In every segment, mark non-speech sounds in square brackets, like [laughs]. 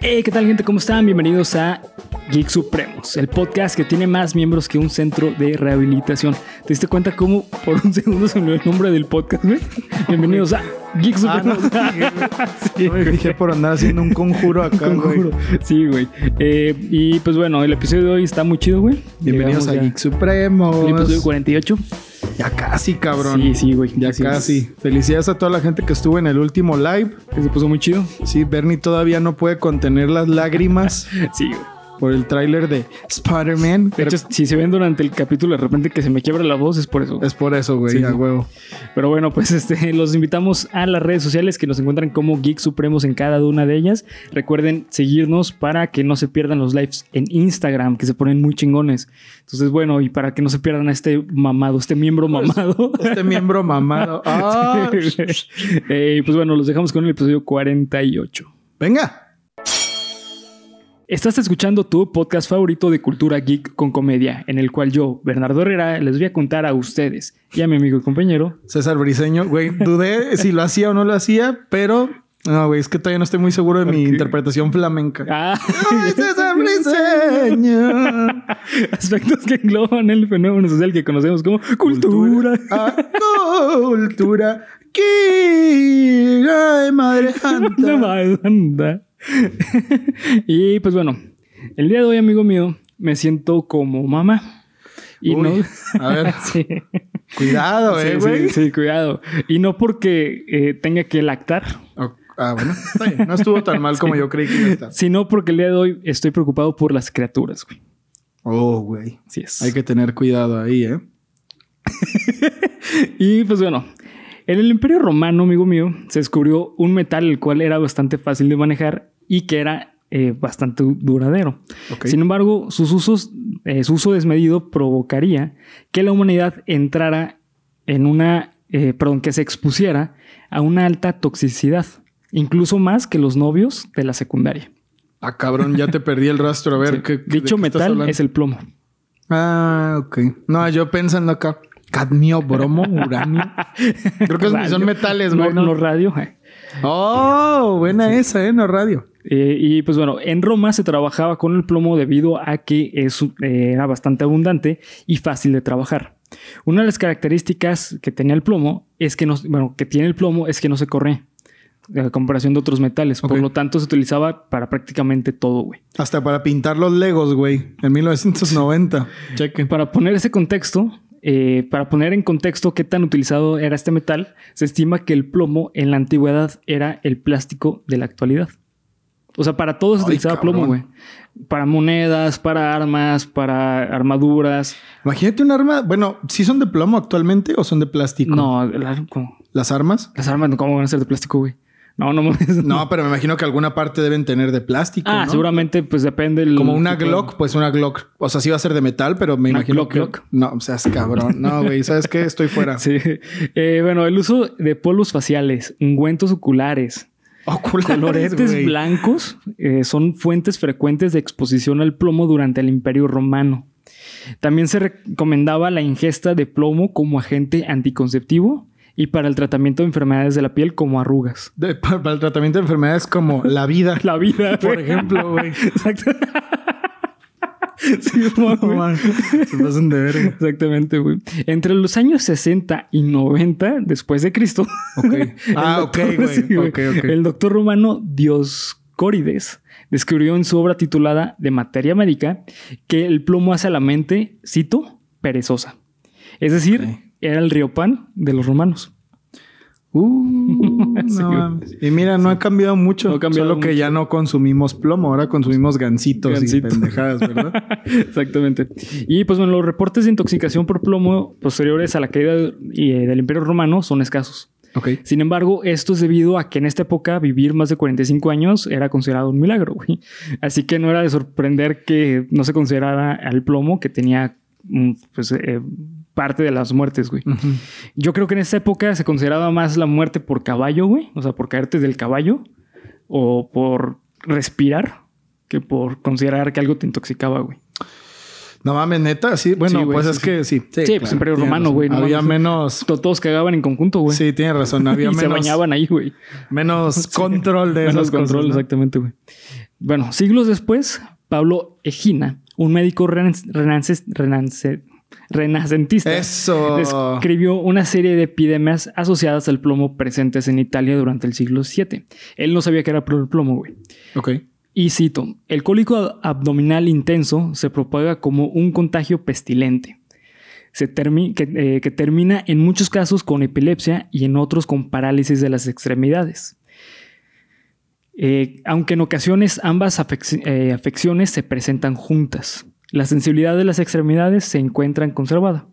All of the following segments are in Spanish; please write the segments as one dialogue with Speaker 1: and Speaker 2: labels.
Speaker 1: Hey, ¿qué tal gente? ¿Cómo están? Bienvenidos a Geek Supremos, el podcast que tiene más miembros que un centro de rehabilitación. ¿Te diste cuenta cómo por un segundo se me olvidó el nombre del podcast? güey? Bienvenidos a Geek
Speaker 2: Ah, no,
Speaker 1: Supremos. [laughs] Sí,
Speaker 2: [laughs]
Speaker 1: [laughs]
Speaker 2: no me fijé por andar haciendo un conjuro acá,
Speaker 1: Conjuro.
Speaker 2: güey.
Speaker 1: Sí, güey. Eh, y pues bueno, el episodio de hoy está muy chido, güey.
Speaker 2: Bienvenidos
Speaker 1: Llegamos
Speaker 2: a
Speaker 1: ya
Speaker 2: Geek
Speaker 1: al episodio
Speaker 2: Supremos.
Speaker 1: 48.
Speaker 2: Ya casi, cabrón.
Speaker 1: Sí, sí, güey.
Speaker 2: Ya
Speaker 1: Así es.
Speaker 2: casi. Felicidades a toda la gente que estuvo en el último live.
Speaker 1: Que se puso muy chido.
Speaker 2: Sí, Bernie todavía no puede contener
Speaker 1: [laughs]
Speaker 2: las lágrimas
Speaker 1: Sí, güey.
Speaker 2: por el tráiler de Spider-Man.
Speaker 1: De
Speaker 2: pero
Speaker 1: hecho, si se ven durante el capítulo de repente que se me quiebra la voz, es por eso.
Speaker 2: Es por eso, güey,
Speaker 1: Sí.
Speaker 2: a huevo.
Speaker 1: Pero bueno, [laughs] pues este, los invitamos a las redes sociales que nos encuentran como Geek Supremos en cada una de ellas. Recuerden seguirnos para que no se pierdan los lives en Instagram, que se ponen muy chingones. Entonces, bueno, y para que no se pierdan a este mamado, este miembro mamado. [laughs]
Speaker 2: Este miembro mamado. Ah.
Speaker 1: Eh, pues bueno, los dejamos con el episodio 48.
Speaker 2: Venga.
Speaker 1: Estás escuchando tu podcast favorito de cultura geek con comedia, en el cual yo, Bernardo Herrera, les voy a contar a ustedes y a mi amigo y compañero.
Speaker 2: César Briseño, güey, dudé si lo hacía o no lo hacía, pero no, güey, es que todavía no estoy muy seguro de mi
Speaker 1: Ok.
Speaker 2: interpretación flamenca.
Speaker 1: Ah,
Speaker 2: ¡Ay, César Briseño!
Speaker 1: [laughs] aspectos que engloban el fenómeno social que conocemos como cultura.
Speaker 2: Cultura. Ah, cultura. Aquí. Ay, madre
Speaker 1: [laughs] Nada
Speaker 2: santa.
Speaker 1: más, anda. [laughs] y pues bueno, el día de hoy, amigo mío, me siento como mamá. Y
Speaker 2: Uy,
Speaker 1: no.
Speaker 2: a ver.
Speaker 1: [laughs] Sí.
Speaker 2: Cuidado,
Speaker 1: Sí,
Speaker 2: eh,
Speaker 1: sí,
Speaker 2: güey.
Speaker 1: sí, cuidado. Y no porque eh, tenga que lactar,
Speaker 2: Oh, Ah, bueno. Está bien. No estuvo tan mal como yo creí que iba a estar.
Speaker 1: sino porque el día de hoy estoy preocupado por las criaturas, güey.
Speaker 2: Oh, güey.
Speaker 1: Así es.
Speaker 2: Hay que tener cuidado ahí, ¿eh?
Speaker 1: Y pues bueno, en el Imperio Romano, amigo mío, se descubrió un metal el cual era bastante fácil de manejar y que era eh, bastante duradero.
Speaker 2: Ok.
Speaker 1: Sin embargo, sus usos, eh, su uso desmedido provocaría que la humanidad entrara en una, eh, perdón, que se expusiera a una alta toxicidad, incluso más que los novios de la secundaria.
Speaker 2: Ah, cabrón, ya te perdí el rastro. A ver,
Speaker 1: Sí.
Speaker 2: ¿qué,
Speaker 1: Dicho metal es el plomo.
Speaker 2: Ah, ok. No, yo pensando acá. Cadmio, bromo, uranio.
Speaker 1: [laughs]
Speaker 2: Creo que son-
Speaker 1: Radio.
Speaker 2: son metales,
Speaker 1: No-
Speaker 2: güey.
Speaker 1: no
Speaker 2: ¿no?
Speaker 1: radio. eh.
Speaker 2: Oh, buena esa, ¿eh? No radio.
Speaker 1: Eh, y pues bueno, en Roma se trabajaba con el plomo debido a que es, un- eh, era bastante abundante y fácil de trabajar. Una de las características que tenía el plomo es que no, bueno, que tiene el plomo es que no se corre eh, a comparación de otros metales. Por
Speaker 2: Ok.
Speaker 1: lo tanto, se utilizaba para prácticamente todo, güey.
Speaker 2: Hasta para pintar los Legos, güey. En 1990. Chequen.
Speaker 1: Para poner ese contexto, eh, para poner en contexto qué tan utilizado era este metal, se estima que el plomo en la antigüedad era el plástico de la actualidad. O sea, para todo se
Speaker 2: Ay,
Speaker 1: utilizaba
Speaker 2: cabrón.
Speaker 1: plomo, güey. Para monedas, para armas, para armaduras.
Speaker 2: Imagínate un arma. Bueno, ¿sí son de plomo actualmente o son de plástico?
Speaker 1: No, la- como-
Speaker 2: ¿Las armas?
Speaker 1: las armas, ¿cómo van a ser de plástico, güey? No, no
Speaker 2: [laughs]
Speaker 1: mames.
Speaker 2: No, pero me imagino que alguna parte deben tener de plástico.
Speaker 1: Ah,
Speaker 2: ¿no?
Speaker 1: seguramente, pues depende. el
Speaker 2: Como una
Speaker 1: tipo de-
Speaker 2: Glock, pues una Glock. O sea, sí va a ser de metal, pero me
Speaker 1: Una
Speaker 2: imagino
Speaker 1: Glock,
Speaker 2: que.
Speaker 1: Glock.
Speaker 2: No, o sea, es cabrón. No, güey, ¿sabes qué? Estoy fuera.
Speaker 1: Sí. [laughs] Eh, bueno, el uso de polvos faciales, ungüentos oculares,
Speaker 2: [laughs] Oculares,
Speaker 1: Coloretes
Speaker 2: güey.
Speaker 1: blancos eh, son fuentes frecuentes de exposición al plomo durante el Imperio Romano. También se recomendaba la ingesta de plomo como agente anticonceptivo y para el tratamiento de enfermedades de la piel como arrugas.
Speaker 2: De- pa- para el tratamiento de enfermedades como la vida,
Speaker 1: La vida,
Speaker 2: por
Speaker 1: güey.
Speaker 2: ejemplo,
Speaker 1: [laughs]
Speaker 2: güey.
Speaker 1: Exacto. Sí, mamá,
Speaker 2: No,
Speaker 1: güey.
Speaker 2: man, se pasan de verga.
Speaker 1: Exactamente, güey. Entre los años 60 y 90 después de Cristo,
Speaker 2: Ok. Ah,
Speaker 1: [laughs] el
Speaker 2: ok,
Speaker 1: doctor-
Speaker 2: güey.
Speaker 1: sí, güey.
Speaker 2: ok, ok.
Speaker 1: El doctor romano Dioscórides describió en su obra titulada De materia médica que el plomo hace a la mente, cito, perezosa. Es decir,
Speaker 2: Ok.
Speaker 1: era el riopan de los romanos. [laughs]
Speaker 2: Uh, no
Speaker 1: Sí, güey.
Speaker 2: mames. y mira, no ha cambiado mucho.
Speaker 1: No ha cambiado
Speaker 2: solo que
Speaker 1: mucho.
Speaker 2: ya no consumimos plomo, ahora consumimos gansitos
Speaker 1: Gansito.
Speaker 2: y pendejadas, ¿verdad?
Speaker 1: [laughs] Exactamente. Y pues bueno, los reportes de intoxicación por plomo posteriores a la caída de- y, eh, del Imperio Romano son escasos.
Speaker 2: ok.
Speaker 1: Sin embargo, esto es debido a que en esta época vivir más de 45 años era considerado un milagro, güey. Así que no era de sorprender que no se considerara al plomo que tenía mm, pues, eh, parte de las muertes, güey.
Speaker 2: Ujú.
Speaker 1: Yo creo que en esta época se consideraba más la muerte por caballo, güey. O sea, por caerte del caballo o por respirar que por considerar que algo te intoxicaba, güey.
Speaker 2: No mames, neta, sí. Bueno,
Speaker 1: Sí, güey,
Speaker 2: pues
Speaker 1: sí,
Speaker 2: es
Speaker 1: sí.
Speaker 2: que sí.
Speaker 1: Sí, pues, Imperio
Speaker 2: tienes
Speaker 1: Romano,
Speaker 2: razón.
Speaker 1: güey, no
Speaker 2: Había
Speaker 1: mames.
Speaker 2: menos.
Speaker 1: To- Todos cagaban en conjunto, güey.
Speaker 2: Sí, tienes
Speaker 1: [laughs]
Speaker 2: razón.
Speaker 1: y
Speaker 2: Había
Speaker 1: se
Speaker 2: menos,
Speaker 1: bañaban ahí, güey. [laughs]
Speaker 2: menos control de
Speaker 1: Menos
Speaker 2: esas cosas,
Speaker 1: control,
Speaker 2: ¿no?
Speaker 1: exactamente, güey. Bueno, siglos después, Pablo Egina, un médico renan- renances- renance- renacentista,
Speaker 2: Eso.
Speaker 1: describió una serie de epidemias asociadas al plomo presentes en Italia durante el siglo VII. Él no sabía que era por el plomo, güey.
Speaker 2: Ok.
Speaker 1: Y cito, el cólico ab- abdominal intenso se propaga como un contagio pestilente, se termi- que, eh, que termina en muchos casos con epilepsia y en otros con parálisis de las extremidades. Eh, aunque en ocasiones ambas afec- eh, afecciones se presentan juntas, la sensibilidad de las extremidades se encuentra conservada.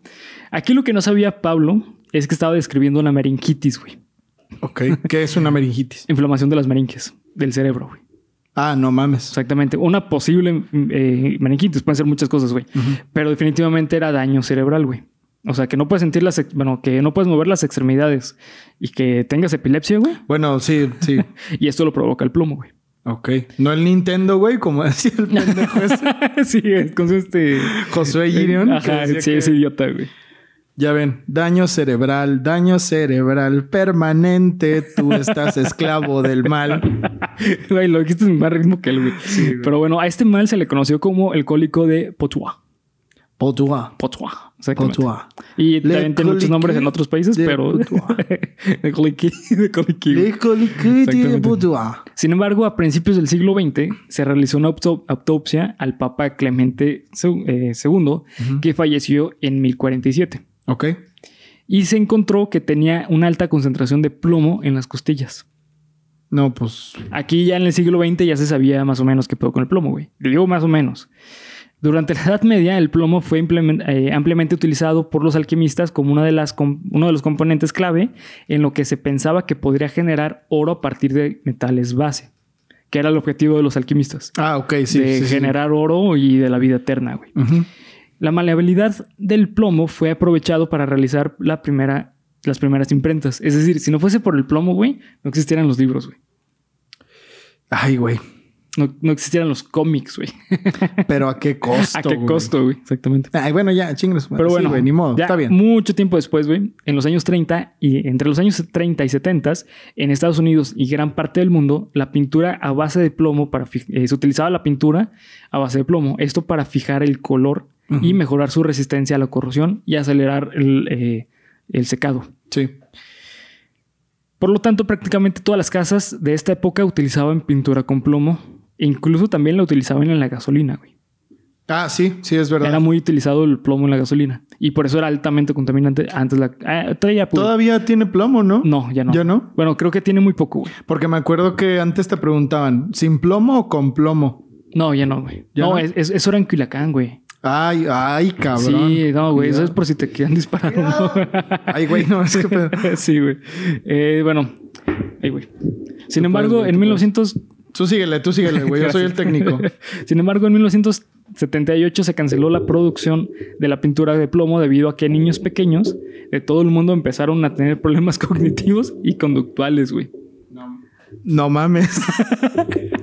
Speaker 1: Aquí lo que no sabía Pablo es que estaba describiendo la meningitis, güey.
Speaker 2: Ok. ¿Qué es una meningitis?
Speaker 1: Inflamación de las meninges, del cerebro, güey.
Speaker 2: Ah, no mames.
Speaker 1: Exactamente. Una posible eh, meningitis. Pueden ser muchas cosas, güey. Pero definitivamente era daño cerebral, güey. O sea, que no puedes sentir las... ex- Bueno, que no puedes mover las extremidades. Y que tengas epilepsia, güey.
Speaker 2: Bueno, sí, sí.
Speaker 1: Y esto lo provoca el plomo, güey.
Speaker 2: Ok. No el Nintendo, güey, como [laughs] decía
Speaker 1: [laughs]
Speaker 2: el pendejo este,
Speaker 1: sí, es con este...
Speaker 2: Josué Girion. que
Speaker 1: Ajá,
Speaker 2: decía
Speaker 1: sí,
Speaker 2: que-
Speaker 1: es idiota, güey. [laughs]
Speaker 2: Ya ven, daño cerebral, daño cerebral permanente. Tú estás esclavo del mal.
Speaker 1: Güey, lo dijiste sin más ritmo que él, güey.
Speaker 2: güey.
Speaker 1: Pero bueno, a este mal se le conoció como el cólico de Potua.
Speaker 2: Potua.
Speaker 1: Potua. Exactamente.
Speaker 2: Potua.
Speaker 1: Y
Speaker 2: Le
Speaker 1: también tiene muchos
Speaker 2: coliquí
Speaker 1: nombres en otros países,
Speaker 2: de
Speaker 1: pero...
Speaker 2: Potua.
Speaker 1: [laughs] de coliquí, de coliquí, güey.
Speaker 2: Exactamente.
Speaker 1: Exactamente. Sin embargo, a principios del siglo XX se realizó una auto- autopsia al Papa Clemente seg- eh, II, que falleció en 1047,
Speaker 2: Ok.
Speaker 1: y se encontró que tenía una alta concentración de plomo en las costillas.
Speaker 2: No, pues.
Speaker 1: Aquí ya en el siglo XX ya se sabía más o menos qué pedo con el plomo, güey. Le digo más o menos. Durante la Edad Media, el plomo fue implemen- eh, ampliamente utilizado por los alquimistas como una de las com- uno de los componentes clave en lo que se pensaba que podría generar oro a partir de metales base, que era el objetivo de los alquimistas.
Speaker 2: Ah, ok, sí.
Speaker 1: de
Speaker 2: sí, sí.
Speaker 1: generar oro y de la vida eterna, güey.
Speaker 2: Ujú.
Speaker 1: La maleabilidad del plomo fue aprovechado para realizar la primera, las primeras imprentas. Es decir, si no fuese por el plomo, güey, no existieran los libros, güey.
Speaker 2: Ay, güey.
Speaker 1: No, no existieran los cómics, güey. [laughs]
Speaker 2: Pero a qué costo.
Speaker 1: ¿A qué
Speaker 2: güey?
Speaker 1: costo, güey? Exactamente.
Speaker 2: Ay, bueno, ya, chingues.
Speaker 1: Pero bueno,
Speaker 2: güey, ni modo.
Speaker 1: ya
Speaker 2: Está bien.
Speaker 1: Mucho tiempo después, güey, en los años 30 y entre los años 30 y 70, en Estados Unidos y gran parte del mundo, la pintura a base de plomo para fi- eh, se utilizaba la pintura a base de plomo, esto para fijar el color y mejorar su resistencia a la corrosión y acelerar el, eh, el secado.
Speaker 2: Sí.
Speaker 1: Por lo tanto, prácticamente todas las casas de esta época utilizaban pintura con plomo, e incluso también la utilizaban en la gasolina, güey.
Speaker 2: Ah, sí, sí, es verdad.
Speaker 1: Era muy utilizado el plomo en la gasolina y por eso era altamente contaminante antes la ah, traía puro.
Speaker 2: Todavía tiene plomo, ¿no?
Speaker 1: No, ya no.
Speaker 2: ¿Ya no?
Speaker 1: Bueno, creo que tiene muy poco, güey.
Speaker 2: Porque me acuerdo que antes te preguntaban, ¿sin plomo o con plomo?
Speaker 1: No, ya no, güey.
Speaker 2: ¿Ya
Speaker 1: No,
Speaker 2: no?
Speaker 1: Es, es- eso era en Culiacán, güey.
Speaker 2: Ay, ay, cabrón.
Speaker 1: Sí, no, güey. Eso
Speaker 2: Cuidado.
Speaker 1: es por si te quedan [laughs]
Speaker 2: [laughs]
Speaker 1: disparando.
Speaker 2: Ay, güey, no, es que. pedo.
Speaker 1: sí, güey. Eh, bueno, ahí, güey. Sin embargo,
Speaker 2: güey, tú
Speaker 1: en
Speaker 2: puedes.
Speaker 1: 1900.
Speaker 2: Tú síguele, tú síguele, güey. Yo soy el técnico.
Speaker 1: [laughs] Sin embargo, en 1978 se canceló la producción de la pintura de plomo debido a que niños pequeños de todo el mundo empezaron a tener problemas [laughs] cognitivos y conductuales, güey.
Speaker 2: [laughs]
Speaker 1: [laughs]
Speaker 2: No mames.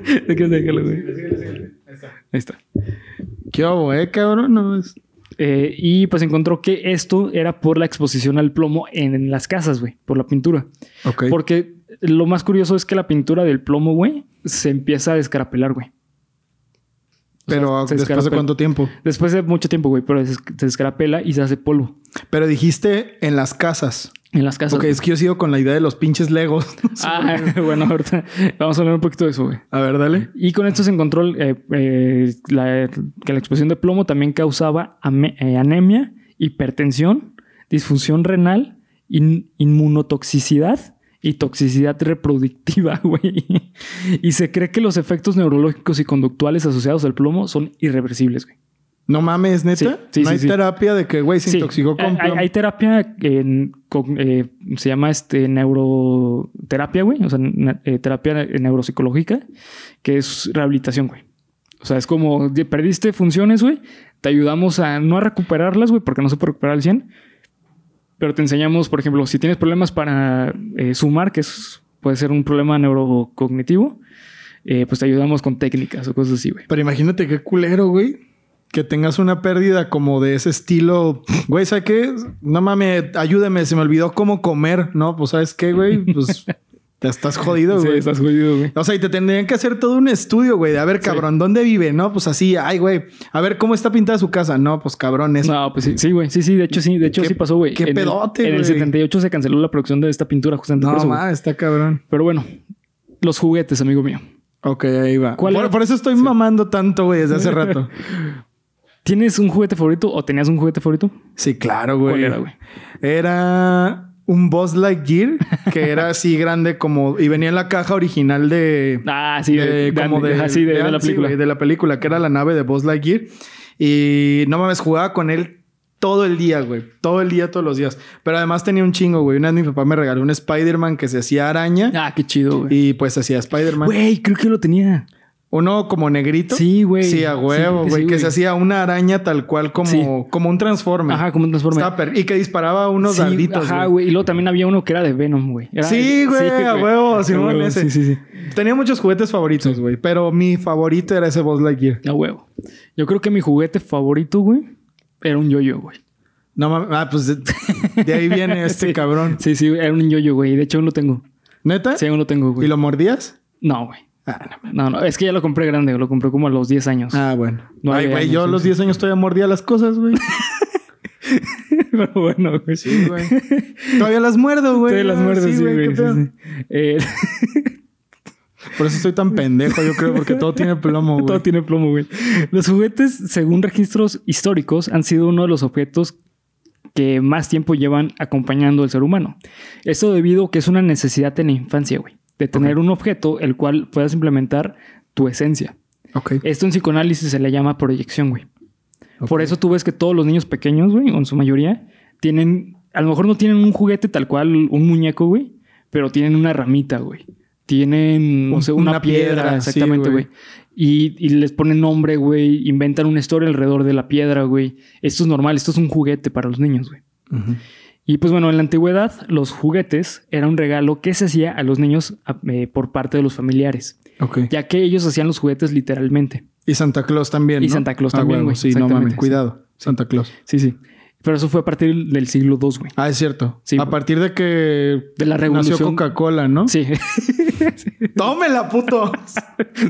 Speaker 1: ¿Te quieres dejarlo, güey? Ahí está.
Speaker 2: ¿Qué hago, eh, cabrón? No, es...
Speaker 1: Eh, y pues encontró que esto era por la exposición al plomo en, en las casas, güey, por la pintura.
Speaker 2: Ok.
Speaker 1: Porque lo más curioso es que la pintura del plomo, güey, se empieza a descarapelar, güey.
Speaker 2: Pero
Speaker 1: o sea, se
Speaker 2: después de
Speaker 1: escarapela.
Speaker 2: cuánto tiempo.
Speaker 1: Después de mucho tiempo, güey, pero se, se descarapela y se hace polvo
Speaker 2: Pero dijiste en las casas.
Speaker 1: en las casas.
Speaker 2: Ok, es que yo sigo con la idea de los pinches Legos. [laughs]
Speaker 1: Ah, [laughs] bueno, ahorita vamos a hablar un poquito de eso, güey.
Speaker 2: A ver, dale.
Speaker 1: Y con esto se encontró eh, eh, la- que la exposición de plomo también causaba ame- eh, anemia, hipertensión, disfunción renal, in- inmunotoxicidad y toxicidad reproductiva, [laughs] güey. Y se cree que los efectos neurológicos y conductuales asociados al plomo son irreversibles, güey.
Speaker 2: No mames, neta.
Speaker 1: Sí, sí,
Speaker 2: no hay
Speaker 1: sí, sí.
Speaker 2: terapia de que, güey, se intoxicó con
Speaker 1: hay,
Speaker 2: plomo.
Speaker 1: hay terapia en- con- eh, se llama este neuroterapia, güey, o sea, na- eh, terapia neuropsicológica, que es rehabilitación, güey. O sea, es como de- perdiste funciones, güey, te ayudamos a no a recuperarlas, güey, porque no se puede recuperar al 100, pero te enseñamos, por ejemplo, si tienes problemas para eh, sumar, que es- puede ser un problema neurocognitivo, eh, pues te ayudamos con técnicas o cosas así, güey.
Speaker 2: Pero imagínate qué culero, güey. que tengas una pérdida como de ese estilo, güey, ¿sabes qué? No mames, ayúdame, se me olvidó cómo comer, ¿no? Pues, ¿sabes qué, güey? [laughs] Pues te estás jodido,
Speaker 1: Sí,
Speaker 2: güey.
Speaker 1: estás jodido, güey.
Speaker 2: O sea, y te tendrían que hacer todo un estudio, güey, de a ver, cabrón, ¿dónde vive? No, pues así, ay, güey, a ver cómo está pintada su casa. No, pues cabrón,
Speaker 1: [laughs]
Speaker 2: es.
Speaker 1: No, pues sí, sí, güey. Sí, sí, de hecho, sí, de hecho,
Speaker 2: ¿Qué-
Speaker 1: sí pasó, güey.
Speaker 2: qué
Speaker 1: En el-
Speaker 2: pedote,
Speaker 1: En el
Speaker 2: güey?
Speaker 1: 78 se canceló la producción de esta pintura, justamente
Speaker 2: No,
Speaker 1: por eso. güey.
Speaker 2: ma, está cabrón.
Speaker 1: Pero bueno, los juguetes, amigo mío.
Speaker 2: Ok, ahí va.
Speaker 1: ¿Cuál
Speaker 2: Por,
Speaker 1: era?
Speaker 2: por eso estoy mamando tanto, güey,
Speaker 1: [laughs]
Speaker 2: desde hace rato.
Speaker 1: ¿Tienes un juguete favorito o tenías un juguete favorito?
Speaker 2: Sí, claro, güey.
Speaker 1: ¿Cuál era, güey?
Speaker 2: Era un Boss Lightyear que era así grande como y venía en la caja original de
Speaker 1: Ah, sí, de, de-
Speaker 2: como de,
Speaker 1: ajá, sí, de- de la
Speaker 2: sí,
Speaker 1: película.
Speaker 2: güey, de la película que era la nave de Buzz Lightyear y no mames jugaba con él todo el día, güey, todo el día, todos los días. Pero además tenía un chingo, güey. Una vez mi papá me regaló un Spider-Man que se hacía araña
Speaker 1: Ah, qué chido, güey.
Speaker 2: y pues hacía Spider-Man.
Speaker 1: Güey, creo que lo tenía.
Speaker 2: Uno como negrito.
Speaker 1: Sí, güey.
Speaker 2: Sí, a
Speaker 1: Sí,
Speaker 2: huevo,
Speaker 1: creo que
Speaker 2: güey.
Speaker 1: sí,
Speaker 2: que
Speaker 1: güey.
Speaker 2: se hacía una araña tal cual como,
Speaker 1: Sí.
Speaker 2: como un transforme.
Speaker 1: Ajá, como un transforme.
Speaker 2: Estaba per- Y que disparaba unos
Speaker 1: Sí,
Speaker 2: darditos.
Speaker 1: Ajá,
Speaker 2: güey.
Speaker 1: güey. Y luego también había uno que era de Venom, güey. Era-
Speaker 2: Sí, güey, a huevo,
Speaker 1: A
Speaker 2: Simón,
Speaker 1: huevo,
Speaker 2: ese.
Speaker 1: Sí, sí, sí.
Speaker 2: Tenía muchos juguetes favoritos, güey. Pero mi favorito era ese Buzz Lightyear.
Speaker 1: A huevo. Yo creo que mi juguete favorito, güey, era un yo-yo, güey.
Speaker 2: No mames. Ah, pues de, [laughs] de ahí viene este
Speaker 1: Sí.
Speaker 2: cabrón.
Speaker 1: Sí, sí, era un yo-yo, güey. De hecho, aún lo tengo.
Speaker 2: ¿Neta?
Speaker 1: Sí, aún lo tengo,
Speaker 2: ¿Y
Speaker 1: güey.
Speaker 2: lo mordías?
Speaker 1: No, güey.
Speaker 2: Ah, no.
Speaker 1: No, no. Es que ya lo compré grande. Lo compré como a los 10 años.
Speaker 2: Ah, bueno.
Speaker 1: No
Speaker 2: Ay,
Speaker 1: había
Speaker 2: güey,
Speaker 1: años,
Speaker 2: yo a
Speaker 1: sí,
Speaker 2: los
Speaker 1: sí.
Speaker 2: 10 años todavía mordía las cosas, güey.
Speaker 1: [laughs] Pero bueno, güey.
Speaker 2: Sí, güey. [laughs] todavía las muerdo, güey.
Speaker 1: Te las
Speaker 2: Ah,
Speaker 1: muerdes, sí,
Speaker 2: qué
Speaker 1: güey. sí,
Speaker 2: pedo.
Speaker 1: sí. Eh,
Speaker 2: Por eso estoy tan pendejo, yo creo, porque todo tiene plomo,
Speaker 1: [laughs]
Speaker 2: güey.
Speaker 1: Todo tiene plomo, güey. Los juguetes, según registros históricos, han sido uno de los objetos que más tiempo llevan acompañando al ser humano. Esto debido a que es una necesidad en la infancia, güey. De tener un objeto el cual puedas implementar tu esencia.
Speaker 2: Ok.
Speaker 1: Esto en Este, psicoanálisis se le llama proyección, güey.
Speaker 2: Ok.
Speaker 1: Por eso tú ves que todos los niños pequeños, güey, o en su mayoría, tienen, a lo mejor no tienen un juguete tal cual, un muñeco, güey, pero tienen una ramita, güey. Tienen, no
Speaker 2: Un-
Speaker 1: sé, una,
Speaker 2: una
Speaker 1: piedra,
Speaker 2: piedra, sí,
Speaker 1: exactamente,
Speaker 2: güey.
Speaker 1: güey. Y, y les ponen nombre, güey, inventan una historia alrededor de la piedra, güey. Esto es normal, esto es un juguete para los niños, güey.
Speaker 2: Ujú.
Speaker 1: Y pues bueno, en la antigüedad los juguetes era un regalo que se hacía a los niños a- eh, por parte de los familiares,
Speaker 2: Ok.
Speaker 1: ya que ellos hacían los juguetes literalmente.
Speaker 2: Y Santa Claus también.
Speaker 1: Y
Speaker 2: ¿no?
Speaker 1: Santa Claus
Speaker 2: Ah,
Speaker 1: también,
Speaker 2: huevo,
Speaker 1: güey.
Speaker 2: Sí, no mames,
Speaker 1: Exactamente,
Speaker 2: cuidado. Santa Claus.
Speaker 1: Sí, sí. Pero eso fue a partir del siglo II, güey.
Speaker 2: Ah, es cierto.
Speaker 1: Sí,
Speaker 2: a
Speaker 1: güey.
Speaker 2: partir de que
Speaker 1: De la revolución.
Speaker 2: nació Coca-Cola, ¿no?
Speaker 1: Sí,
Speaker 2: [laughs]
Speaker 1: [laughs]
Speaker 2: ¡Tómela, puto!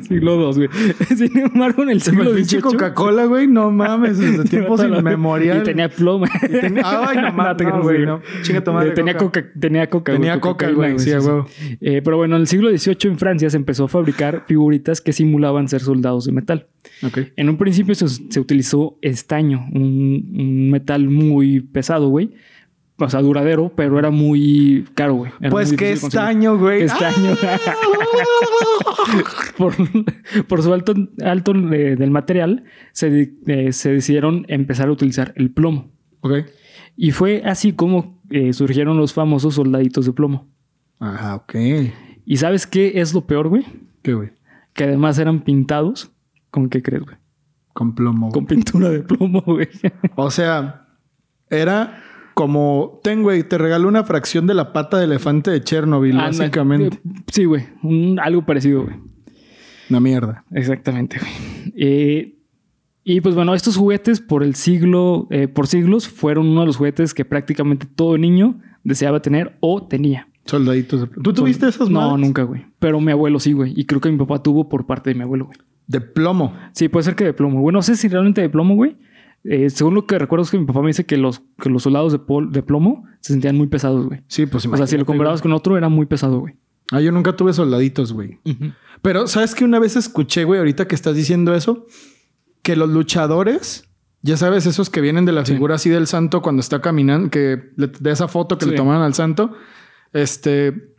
Speaker 1: siglo II, güey. [laughs] Sin embargo, en el
Speaker 2: Se me
Speaker 1: siglo
Speaker 2: pinche
Speaker 1: XVIII...
Speaker 2: Coca-cola, güey. No
Speaker 1: [laughs]
Speaker 2: mames, desde tiempos
Speaker 1: Toda la-
Speaker 2: inmemoriales.
Speaker 1: Y tenía ploma. [laughs]
Speaker 2: Ten- Ay, no mames,
Speaker 1: te
Speaker 2: no,
Speaker 1: creas,
Speaker 2: güey. No. Chinga tu madre.
Speaker 1: Tenía coca, tenía coca, güey,
Speaker 2: Tenía coca,
Speaker 1: cocaína,
Speaker 2: güey. Sí, a
Speaker 1: sí, sí.
Speaker 2: huevo.
Speaker 1: Eh, pero bueno, en el siglo XVIII en Francia se empezó a fabricar figuritas que simulaban ser soldados de metal.
Speaker 2: Ok.
Speaker 1: En un principio se, se utilizó estaño, un, un metal muy pesado, güey. O sea, duradero, pero era muy caro, güey. Era
Speaker 2: Pues
Speaker 1: muy
Speaker 2: qué
Speaker 1: difícil de conseguir.
Speaker 2: estaño, güey. Ah.
Speaker 1: Estaño. ¡Ah! [laughs] por, por su alto, alto eh, del material, se, de- eh, se decidieron empezar a utilizar el plomo.
Speaker 2: Ok.
Speaker 1: Y fue así como eh, surgieron los famosos soldaditos de plomo.
Speaker 2: Ah, ok.
Speaker 1: ¿Y sabes qué es lo peor, güey?
Speaker 2: ¿Qué, güey?
Speaker 1: Que además eran pintados. ¿Con qué crees, güey?
Speaker 2: Con plomo. güey.
Speaker 1: Con pintura de plomo, güey.
Speaker 2: O sea, era como... Ten, güey, te regaló una fracción de la pata de elefante de Chernobyl,
Speaker 1: Anda,
Speaker 2: básicamente.
Speaker 1: eh, Sí, güey. Un- Algo parecido, güey.
Speaker 2: Una mierda.
Speaker 1: Exactamente, güey. Eh, y pues bueno, estos juguetes por el siglo, eh, por siglos, fueron uno de los juguetes que prácticamente todo niño deseaba tener o tenía.
Speaker 2: Soldaditos de plomo. ¿Tú tuviste esas
Speaker 1: No,
Speaker 2: madres?
Speaker 1: nunca, güey. Pero mi abuelo sí, güey. Y creo que mi papá tuvo por parte de mi abuelo, güey.
Speaker 2: De plomo.
Speaker 1: Sí, puede ser que de plomo. Bueno, no sé si realmente de plomo, güey. Eh, según lo que recuerdo es que mi papá me dice que los, que los soldados de, pol- de plomo se sentían muy pesados, güey.
Speaker 2: Sí, pues
Speaker 1: O sea, si lo
Speaker 2: imagínate,
Speaker 1: comparabas con otro, era muy pesado, güey.
Speaker 2: güey. Ah, yo nunca tuve soldaditos, güey. Pero, ¿sabes que Una vez escuché, güey, ahorita que estás diciendo eso, que los luchadores, ya sabes, esos que vienen de la figura así del santo cuando está caminando, que le- de esa foto que
Speaker 1: Sí.
Speaker 2: le tomaron al santo, este,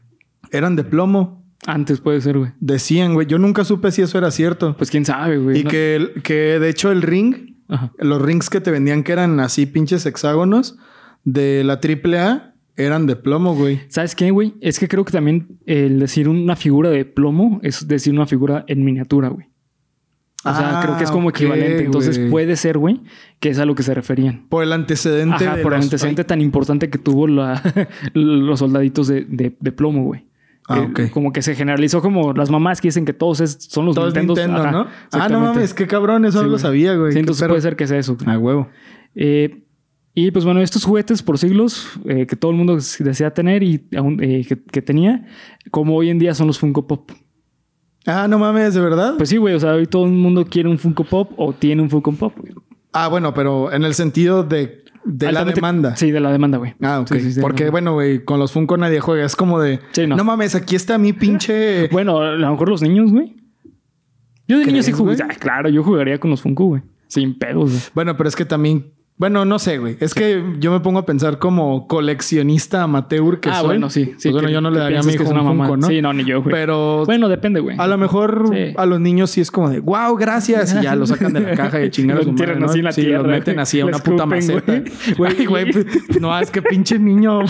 Speaker 2: eran de plomo.
Speaker 1: Antes puede ser, güey.
Speaker 2: Decían, güey, yo nunca supe si eso era cierto.
Speaker 1: Pues quién sabe, güey.
Speaker 2: y
Speaker 1: ¿no?
Speaker 2: que, el- que de hecho el ring,
Speaker 1: Ajá.
Speaker 2: los rings que te vendían que eran así pinches hexágonos de la AAA, eran de plomo, güey.
Speaker 1: ¿Sabes qué, güey? Es que creo que también el decir una figura de plomo es decir una figura en miniatura, güey. O sea,
Speaker 2: Ah,
Speaker 1: creo que es como
Speaker 2: ok,
Speaker 1: equivalente. Entonces
Speaker 2: güey.
Speaker 1: puede ser, güey, que es a lo que se referían.
Speaker 2: Por el antecedente.
Speaker 1: Ajá,
Speaker 2: de
Speaker 1: por el
Speaker 2: los-
Speaker 1: [laughs] antecedente tan importante que tuvo la- los soldaditos de, de- de plomo, güey.
Speaker 2: Ah,
Speaker 1: Eh,
Speaker 2: ok.
Speaker 1: Como que se generalizó como las mamás que dicen que todos es- son los
Speaker 2: Todo es
Speaker 1: Nintendos.
Speaker 2: Nintendo,
Speaker 1: Pues Ajá,
Speaker 2: ¿no? Ah,
Speaker 1: exactamente.
Speaker 2: no mames, qué cabrón,
Speaker 1: Sí,
Speaker 2: eso no lo
Speaker 1: güey.
Speaker 2: sabía, güey.
Speaker 1: Sí,
Speaker 2: qué
Speaker 1: entonces pues,
Speaker 2: perro.
Speaker 1: puede ser que sea eso.
Speaker 2: A huevo.
Speaker 1: Eh, y pues bueno, estos juguetes por siglos eh, que todo el mundo s- desea tener y aún, eh, que, que tenía, como hoy en día son los Funko Pop.
Speaker 2: Ah, no mames, ¿de verdad?
Speaker 1: Pues sí, güey, o sea, hoy todo el mundo quiere un Funko Pop o tiene un Funko Pop. güey.
Speaker 2: ah, bueno, pero en el sentido de, de la
Speaker 1: Altamente-
Speaker 2: demanda.
Speaker 1: Sí, de la demanda, güey.
Speaker 2: Ah, ok.
Speaker 1: Sí, sí, sí,
Speaker 2: Porque,
Speaker 1: no.
Speaker 2: bueno, güey, con los Funko nadie juega. Es como de...
Speaker 1: Sí, no.
Speaker 2: no. mames, aquí está mi pinche...
Speaker 1: [laughs] Bueno, a lo mejor los niños, güey. Yo de niño sí
Speaker 2: ¿Crees,
Speaker 1: jugué.
Speaker 2: güey?
Speaker 1: Ah, claro, yo jugaría con los Funko, güey. Sin pedos, güey.
Speaker 2: Bueno, pero es que también... Bueno, no sé, güey. Es que yo me pongo a pensar como coleccionista amateur que
Speaker 1: ah,
Speaker 2: soy.
Speaker 1: bueno, sí. sí
Speaker 2: Pues bueno,
Speaker 1: que-
Speaker 2: yo no le
Speaker 1: que
Speaker 2: daría a mi
Speaker 1: piensas que
Speaker 2: hijo
Speaker 1: es
Speaker 2: un
Speaker 1: una mamá.
Speaker 2: Funko, ¿no?
Speaker 1: Sí, no, ni yo, güey.
Speaker 2: Pero
Speaker 1: bueno, depende, güey.
Speaker 2: a lo mejor
Speaker 1: Sí.
Speaker 2: a los niños sí es como de wow, gracias. Y ya lo sacan
Speaker 1: [laughs]
Speaker 2: de la caja y chingan a
Speaker 1: Lo
Speaker 2: su madre,
Speaker 1: entierran
Speaker 2: ¿no?
Speaker 1: así en la
Speaker 2: Sí,
Speaker 1: tierra,
Speaker 2: los meten así a
Speaker 1: le
Speaker 2: una puta
Speaker 1: escupen,
Speaker 2: maceta.
Speaker 1: [laughs] güey.
Speaker 2: Ay, güey, pues, [laughs] no, es que pinche niño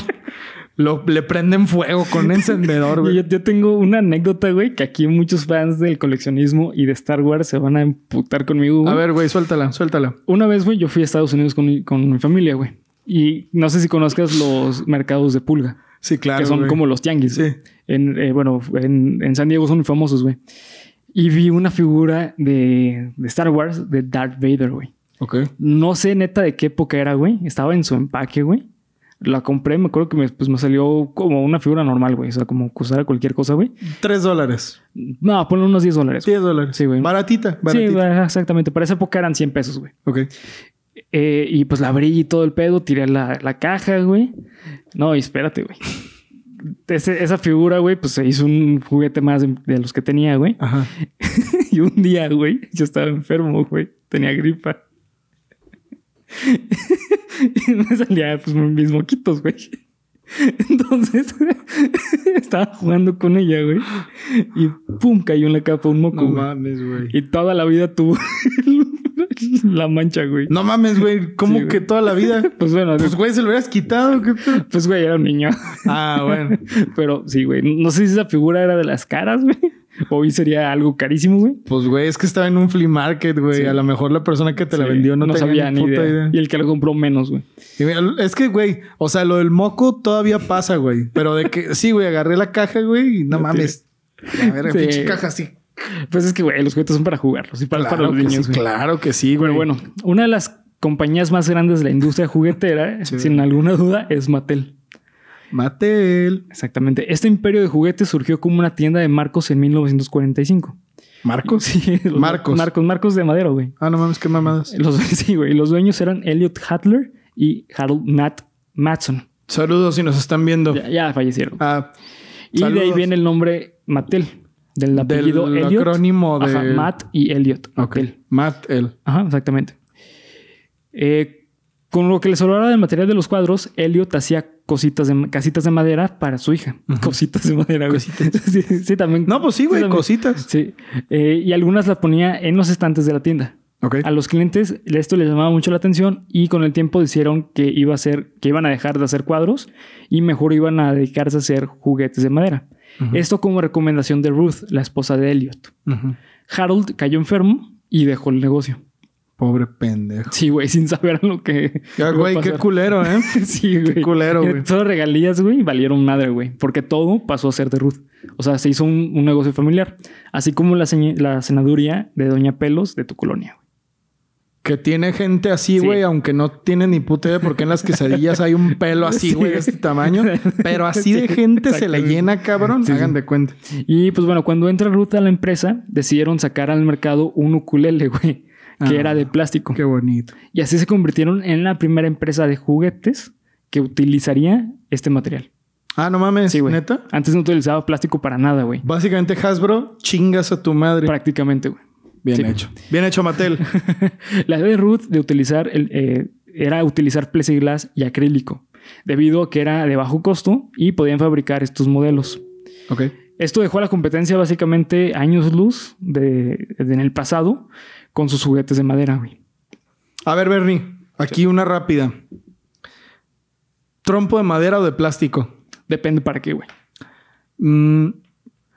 Speaker 2: lo, le prenden fuego
Speaker 1: [laughs]
Speaker 2: con un encendedor,
Speaker 1: Y
Speaker 2: güey.
Speaker 1: Yo, yo tengo una anécdota, güey, que aquí muchos fans del coleccionismo y de Star Wars se van a emputar conmigo. güey.
Speaker 2: A ver, güey, suéltala, suéltala.
Speaker 1: Una vez, güey, yo fui a Estados Unidos con, mi- con mi familia, güey. Y no sé si conozcas los mercados de pulga,
Speaker 2: Sí, claro.
Speaker 1: que son
Speaker 2: güey.
Speaker 1: como los tianguis.
Speaker 2: Sí.
Speaker 1: En, eh, bueno, en, en San Diego son muy famosos, güey. Y vi una figura de, de Star Wars de Darth Vader, güey.
Speaker 2: Ok.
Speaker 1: No sé neta de qué época era, güey. Estaba en su empaque, güey. La compré, me acuerdo que me, pues, me salió como una figura normal, güey. O sea, como que usara cualquier cosa, güey.
Speaker 2: Tres dólares.
Speaker 1: No, ponle unos 10 dólares. güey.
Speaker 2: Diez dólares.
Speaker 1: Sí, güey.
Speaker 2: Baratita,
Speaker 1: Sí,
Speaker 2: baratita.
Speaker 1: va, exactamente. Para esa época eran 100 pesos, güey.
Speaker 2: ok.
Speaker 1: Eh, y pues la abrí y todo el pedo, tiré la, la caja, güey. No, y espérate, güey. Ese- esa figura, güey, pues se hizo un juguete más de, de los que tenía, güey. [laughs]
Speaker 2: Ajá.
Speaker 1: Y un día, güey, yo estaba enfermo, güey. Tenía gripa. [laughs] y me salía, pues, mis moquitos, güey. Entonces, [laughs] estaba jugando con ella, güey. Y pum, cayó en la capa un moco,
Speaker 2: No
Speaker 1: güey.
Speaker 2: mames, güey.
Speaker 1: Y toda la vida tuvo [laughs] la mancha, güey.
Speaker 2: No mames, güey. ¿Cómo
Speaker 1: Sí,
Speaker 2: que
Speaker 1: güey.
Speaker 2: toda
Speaker 1: [laughs]
Speaker 2: la vida?
Speaker 1: Pues bueno,
Speaker 2: Pues, güey, se lo hubieras quitado. ¿Qué pedo?
Speaker 1: pues güey, era un niño. [laughs]
Speaker 2: Ah, bueno.
Speaker 1: Pero sí, güey. No sé si esa figura era de las caras, güey. O hoy sería algo carísimo, güey.
Speaker 2: Pues, güey, es que estaba en un flea market, güey.
Speaker 1: Sí.
Speaker 2: A lo mejor la persona que te la
Speaker 1: Sí,
Speaker 2: vendió no, tenía
Speaker 1: sabía
Speaker 2: ni puta idea.
Speaker 1: Y el que lo compró menos, güey.
Speaker 2: Y mira, es que, güey, o sea, lo del moco todavía pasa, güey. Pero de que, sí, güey, agarré la caja, güey, y no
Speaker 1: Lo
Speaker 2: mames. A ver,
Speaker 1: Sí.
Speaker 2: pinche caja así.
Speaker 1: Pues es que, güey, los juguetes son para jugarlos y para, para los
Speaker 2: que
Speaker 1: niños,
Speaker 2: sí,
Speaker 1: güey.
Speaker 2: claro que sí, güey.
Speaker 1: Pero bueno, una de las compañías más grandes de la industria juguetera,
Speaker 2: [laughs] Sí.
Speaker 1: sin alguna duda, es Mattel.
Speaker 2: Mattel.
Speaker 1: Exactamente. Este imperio de juguetes surgió como una tienda de marcos en 1945.
Speaker 2: Marcos.
Speaker 1: Sí, los-
Speaker 2: Marcos.
Speaker 1: Marcos, marcos de madero, güey.
Speaker 2: Ah, no mames, qué mamadas.
Speaker 1: Los, [laughs] sí, güey. Los dueños eran Elliot Hatler y Harold Nat Matson.
Speaker 2: Saludos si nos están viendo.
Speaker 1: Ya, ya fallecieron.
Speaker 2: Oh. Ah,
Speaker 1: y de ahí
Speaker 2: saludos.
Speaker 1: viene el nombre Mattel, del apellido Elliot.
Speaker 2: acrónimo de-
Speaker 1: Ajá, Matt y Elliot.
Speaker 2: ok.
Speaker 1: Mattel.
Speaker 2: Mattel.
Speaker 1: Ajá, exactamente. Eh, con lo que les sobraba del material de los cuadros, Elliot hacía cositas de, casitas de madera para su hija. [laughs] Cositas de madera, güey. [laughs] Sí, sí, también.
Speaker 2: No, pues sí, güey,
Speaker 1: también.
Speaker 2: cositas.
Speaker 1: Sí. Eh, y algunas las ponía en los estantes de la tienda.
Speaker 2: Ok.
Speaker 1: A los clientes esto les llamaba mucho la atención y con el tiempo dijeron que iba a ser, que iban a dejar de hacer cuadros y mejor iban a dedicarse a hacer juguetes de madera. Esto como recomendación de Ruth, la esposa de Elliot.
Speaker 2: Ujú.
Speaker 1: Harold cayó enfermo y dejó el negocio. [laughs]
Speaker 2: Pobre pendejo.
Speaker 1: Sí, güey, sin saber lo que. iba
Speaker 2: Ya,
Speaker 1: a
Speaker 2: güey, qué
Speaker 1: pasar.
Speaker 2: culero, ¿eh?
Speaker 1: [laughs] Sí, güey.
Speaker 2: culero, güey.
Speaker 1: Todas regalías, güey, valieron madre, güey. Porque todo pasó a ser de Ruth. O sea, se hizo un, un negocio familiar. Así como la, señ- la senaduría de Doña Pelos de tu colonia. güey.
Speaker 2: Que tiene gente así,
Speaker 1: Sí.
Speaker 2: güey, aunque no tiene ni puta idea porque en las quesadillas hay un pelo así,
Speaker 1: Sí.
Speaker 2: güey, de este tamaño. Pero así de
Speaker 1: Sí,
Speaker 2: gente se la
Speaker 1: exactamente.
Speaker 2: llena, cabrón.
Speaker 1: Sí, sí.
Speaker 2: Hagan de cuenta.
Speaker 1: Y pues bueno, cuando entra Ruth a la empresa, decidieron sacar al mercado un ukulele, [laughs] güey, que
Speaker 2: Ah,
Speaker 1: era de plástico.
Speaker 2: Qué bonito.
Speaker 1: Y así se convirtieron en la primera empresa de juguetes que utilizaría este material.
Speaker 2: Ah, no mames,
Speaker 1: Sí, güey.
Speaker 2: neta.
Speaker 1: Antes no utilizaba plástico para nada, güey.
Speaker 2: Básicamente, Hasbro, chingas a tu madre.
Speaker 1: Prácticamente, güey.
Speaker 2: Bien
Speaker 1: sí.
Speaker 2: hecho. Bien hecho,
Speaker 1: [laughs]
Speaker 2: Mattel.
Speaker 1: La idea de Ruth de utilizar el, eh, era utilizar plexiglas y acrílico, debido a que era de bajo costo y podían fabricar estos modelos.
Speaker 2: ok.
Speaker 1: Esto dejó a la competencia básicamente años luz de, de en el pasado con sus juguetes de madera, güey.
Speaker 2: A ver, Bernie, aquí una rápida. ¿Trompo de madera o de plástico?
Speaker 1: Depende para qué, güey.
Speaker 2: Mm,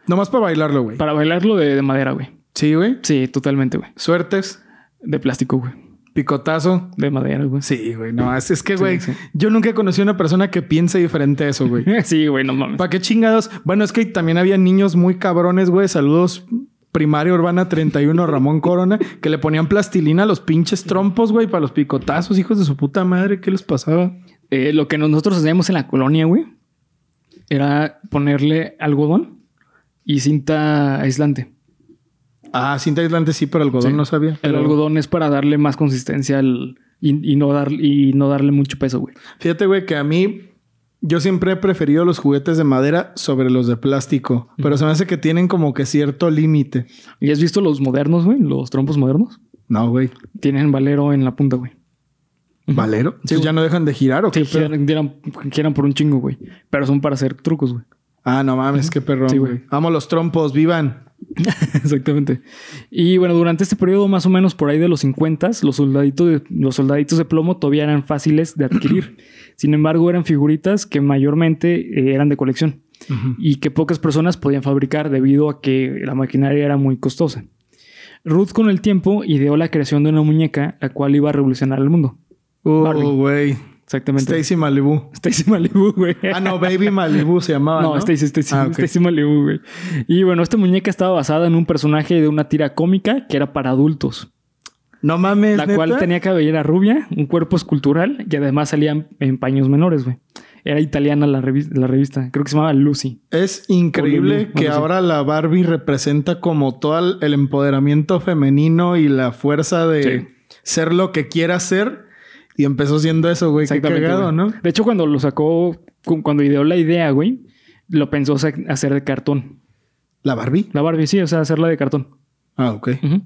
Speaker 2: nomás para bailarlo, güey.
Speaker 1: Para bailarlo de, de madera, güey.
Speaker 2: Sí, güey.
Speaker 1: Sí, totalmente, güey.
Speaker 2: Suertes.
Speaker 1: De plástico, güey.
Speaker 2: Picotazo.
Speaker 1: De madera, güey. [laughs]
Speaker 2: Sí, güey. No, es, es que,
Speaker 1: Sí,
Speaker 2: güey,
Speaker 1: sí.
Speaker 2: yo nunca conocí a una persona que piense diferente a eso, güey.
Speaker 1: Sí, güey, no mames.
Speaker 2: ¿Para qué chingados? Bueno, es que también había niños muy cabrones, güey. Saludos. Primaria Urbana 31, Ramón Corona, que le ponían plastilina a los pinches trompos, güey, para los picotazos, hijos de su puta madre, ¿qué les pasaba?
Speaker 1: Eh, lo que nosotros hacíamos en la colonia, güey, era ponerle algodón y cinta aislante.
Speaker 2: Ah, cinta aislante sí, pero algodón
Speaker 1: Sí.
Speaker 2: no sabía.
Speaker 1: El
Speaker 2: Pero
Speaker 1: algodón es para darle más consistencia al, y, y no dar, y no darle mucho peso, güey.
Speaker 2: Fíjate, güey, que a mí yo siempre he preferido los juguetes de madera sobre los de plástico, pero se me hace que tienen como que cierto límite.
Speaker 1: ¿Y has visto los modernos, güey? Los trompos modernos.
Speaker 2: No, güey.
Speaker 1: Tienen valero en la punta, güey.
Speaker 2: ¿Valero? Entonces, ¿Ya no dejan de girar o qué?
Speaker 1: Sí,
Speaker 2: pedo?
Speaker 1: quieran, dieran- quieran por un chingo, güey. Pero son para hacer trucos, güey.
Speaker 2: Ah, no mames, qué perrón,
Speaker 1: Sí, güey.
Speaker 2: güey. Amo los trompos, vivan.
Speaker 1: [laughs] Exactamente. Y bueno, durante este periodo, más o menos por ahí de los 50, los soldaditos de, los soldaditos de plomo todavía eran fáciles de
Speaker 2: [clears throat]
Speaker 1: adquirir. Sin embargo, eran figuritas que mayormente eh, eran de colección y que pocas personas podían fabricar debido a que la maquinaria era muy costosa. Ruth con el tiempo ideó la creación de una muñeca la cual iba a revolucionar el mundo. Barbie.
Speaker 2: Oh, güey.
Speaker 1: Exactamente.
Speaker 2: Stacy Malibu.
Speaker 1: Stacy Malibu, güey.
Speaker 2: Ah, no, Baby Malibu se
Speaker 1: [laughs]
Speaker 2: llamaba.
Speaker 1: No,
Speaker 2: No,
Speaker 1: Stacy, Stacy,
Speaker 2: Ah, ok.
Speaker 1: Stacy Malibu, güey. Y bueno, esta muñeca estaba basada en un personaje de una tira cómica que era para adultos,
Speaker 2: No mames.
Speaker 1: la cual
Speaker 2: ¿neta?
Speaker 1: tenía cabellera rubia, un cuerpo escultural y además salían en paños menores, güey. Era italiana la, revi- la revista, creo que se llamaba Lucy.
Speaker 2: Es increíble
Speaker 1: O Lulu,
Speaker 2: que
Speaker 1: bueno, sí.
Speaker 2: ahora la Barbie representa como todo el- el empoderamiento femenino y la fuerza de ser lo que quiera ser. Y empezó siendo eso, güey. Qué cagado,
Speaker 1: güey.
Speaker 2: ¿no?
Speaker 1: De hecho, cuando lo sacó, cu- cuando ideó la idea, güey, lo pensó sa- hacer de cartón.
Speaker 2: La Barbie.
Speaker 1: La Barbie, sí, o sea, hacerla de cartón.
Speaker 2: Ah, ok.
Speaker 1: Ujú.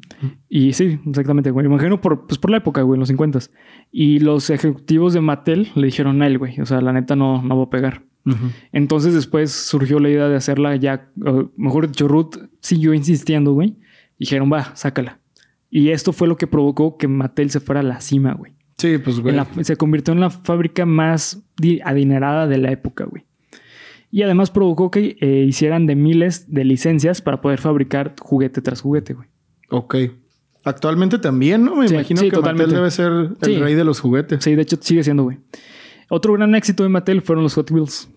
Speaker 1: Y sí, exactamente, güey. Imagino por, pues por la época, güey, en los 50. Y los ejecutivos de Mattel le dijeron a él, güey. O sea, la neta no, no va a pegar.
Speaker 2: Ujú.
Speaker 1: Entonces después surgió la idea de hacerla ya, o mejor dicho, Ruth siguió insistiendo, güey. Dijeron, va, sácala. Y esto fue lo que provocó que Mattel se fuera a la cima, güey.
Speaker 2: Sí, pues,
Speaker 1: En
Speaker 2: güey.
Speaker 1: la- se convirtió en la fábrica más di- adinerada de la época, güey. Y además provocó que eh, hicieran de miles de licencias para poder fabricar juguete tras juguete, güey.
Speaker 2: Ok. Actualmente también, ¿no? Me
Speaker 1: Sí,
Speaker 2: imagino
Speaker 1: sí,
Speaker 2: que Mattel
Speaker 1: totalmente.
Speaker 2: debe ser el
Speaker 1: Sí.
Speaker 2: rey de los juguetes.
Speaker 1: Sí, de hecho sigue siendo, güey. Otro gran éxito de Mattel fueron los Hot Wheels.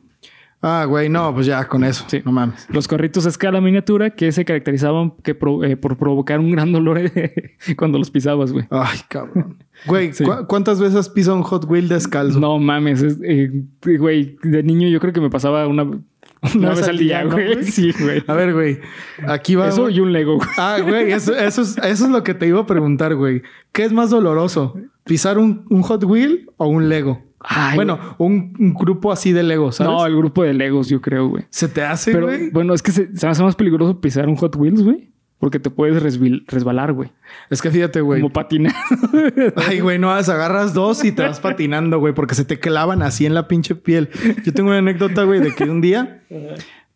Speaker 2: Ah, güey, no, pues ya con eso.
Speaker 1: Sí.
Speaker 2: No mames.
Speaker 1: Los carritos a escala miniatura que se caracterizaban que pro- eh, por provocar un gran dolor [laughs] cuando los pisabas, güey.
Speaker 2: Ay,
Speaker 1: [laughs]
Speaker 2: cabrón. Güey,
Speaker 1: Sí.
Speaker 2: ¿cu- ¿cuántas veces has pisado un Hot Wheel descalzo?
Speaker 1: No mames, es- eh, güey, de niño yo creo que me pasaba una, una vez al día,
Speaker 2: ¿no,
Speaker 1: güey. [laughs]
Speaker 2: güey?
Speaker 1: Sí, güey.
Speaker 2: A ver, güey. Aquí va.
Speaker 1: Eso y un Lego, güey.
Speaker 2: Ah, güey, eso, eso, es, eso es lo que te iba a preguntar, güey. ¿Qué es más doloroso? ¿Pisar un, un Hot Wheel o un Lego?
Speaker 1: Ay,
Speaker 2: bueno, un, un grupo así de Lego, ¿sabes?
Speaker 1: No, el grupo de Legos, yo creo, güey.
Speaker 2: ¿Se te hace,
Speaker 1: Pero
Speaker 2: güey?
Speaker 1: bueno, es que se, se me hace más peligroso pisar un Hot Wheels, güey. Porque te puedes resbil- resbalar, güey.
Speaker 2: Es que fíjate, güey.
Speaker 1: Como patinar. [laughs]
Speaker 2: Ay, güey, no vas, agarras dos y te vas patinando, güey, porque se te clavan así en la pinche piel. Yo tengo una anécdota, güey, de que un día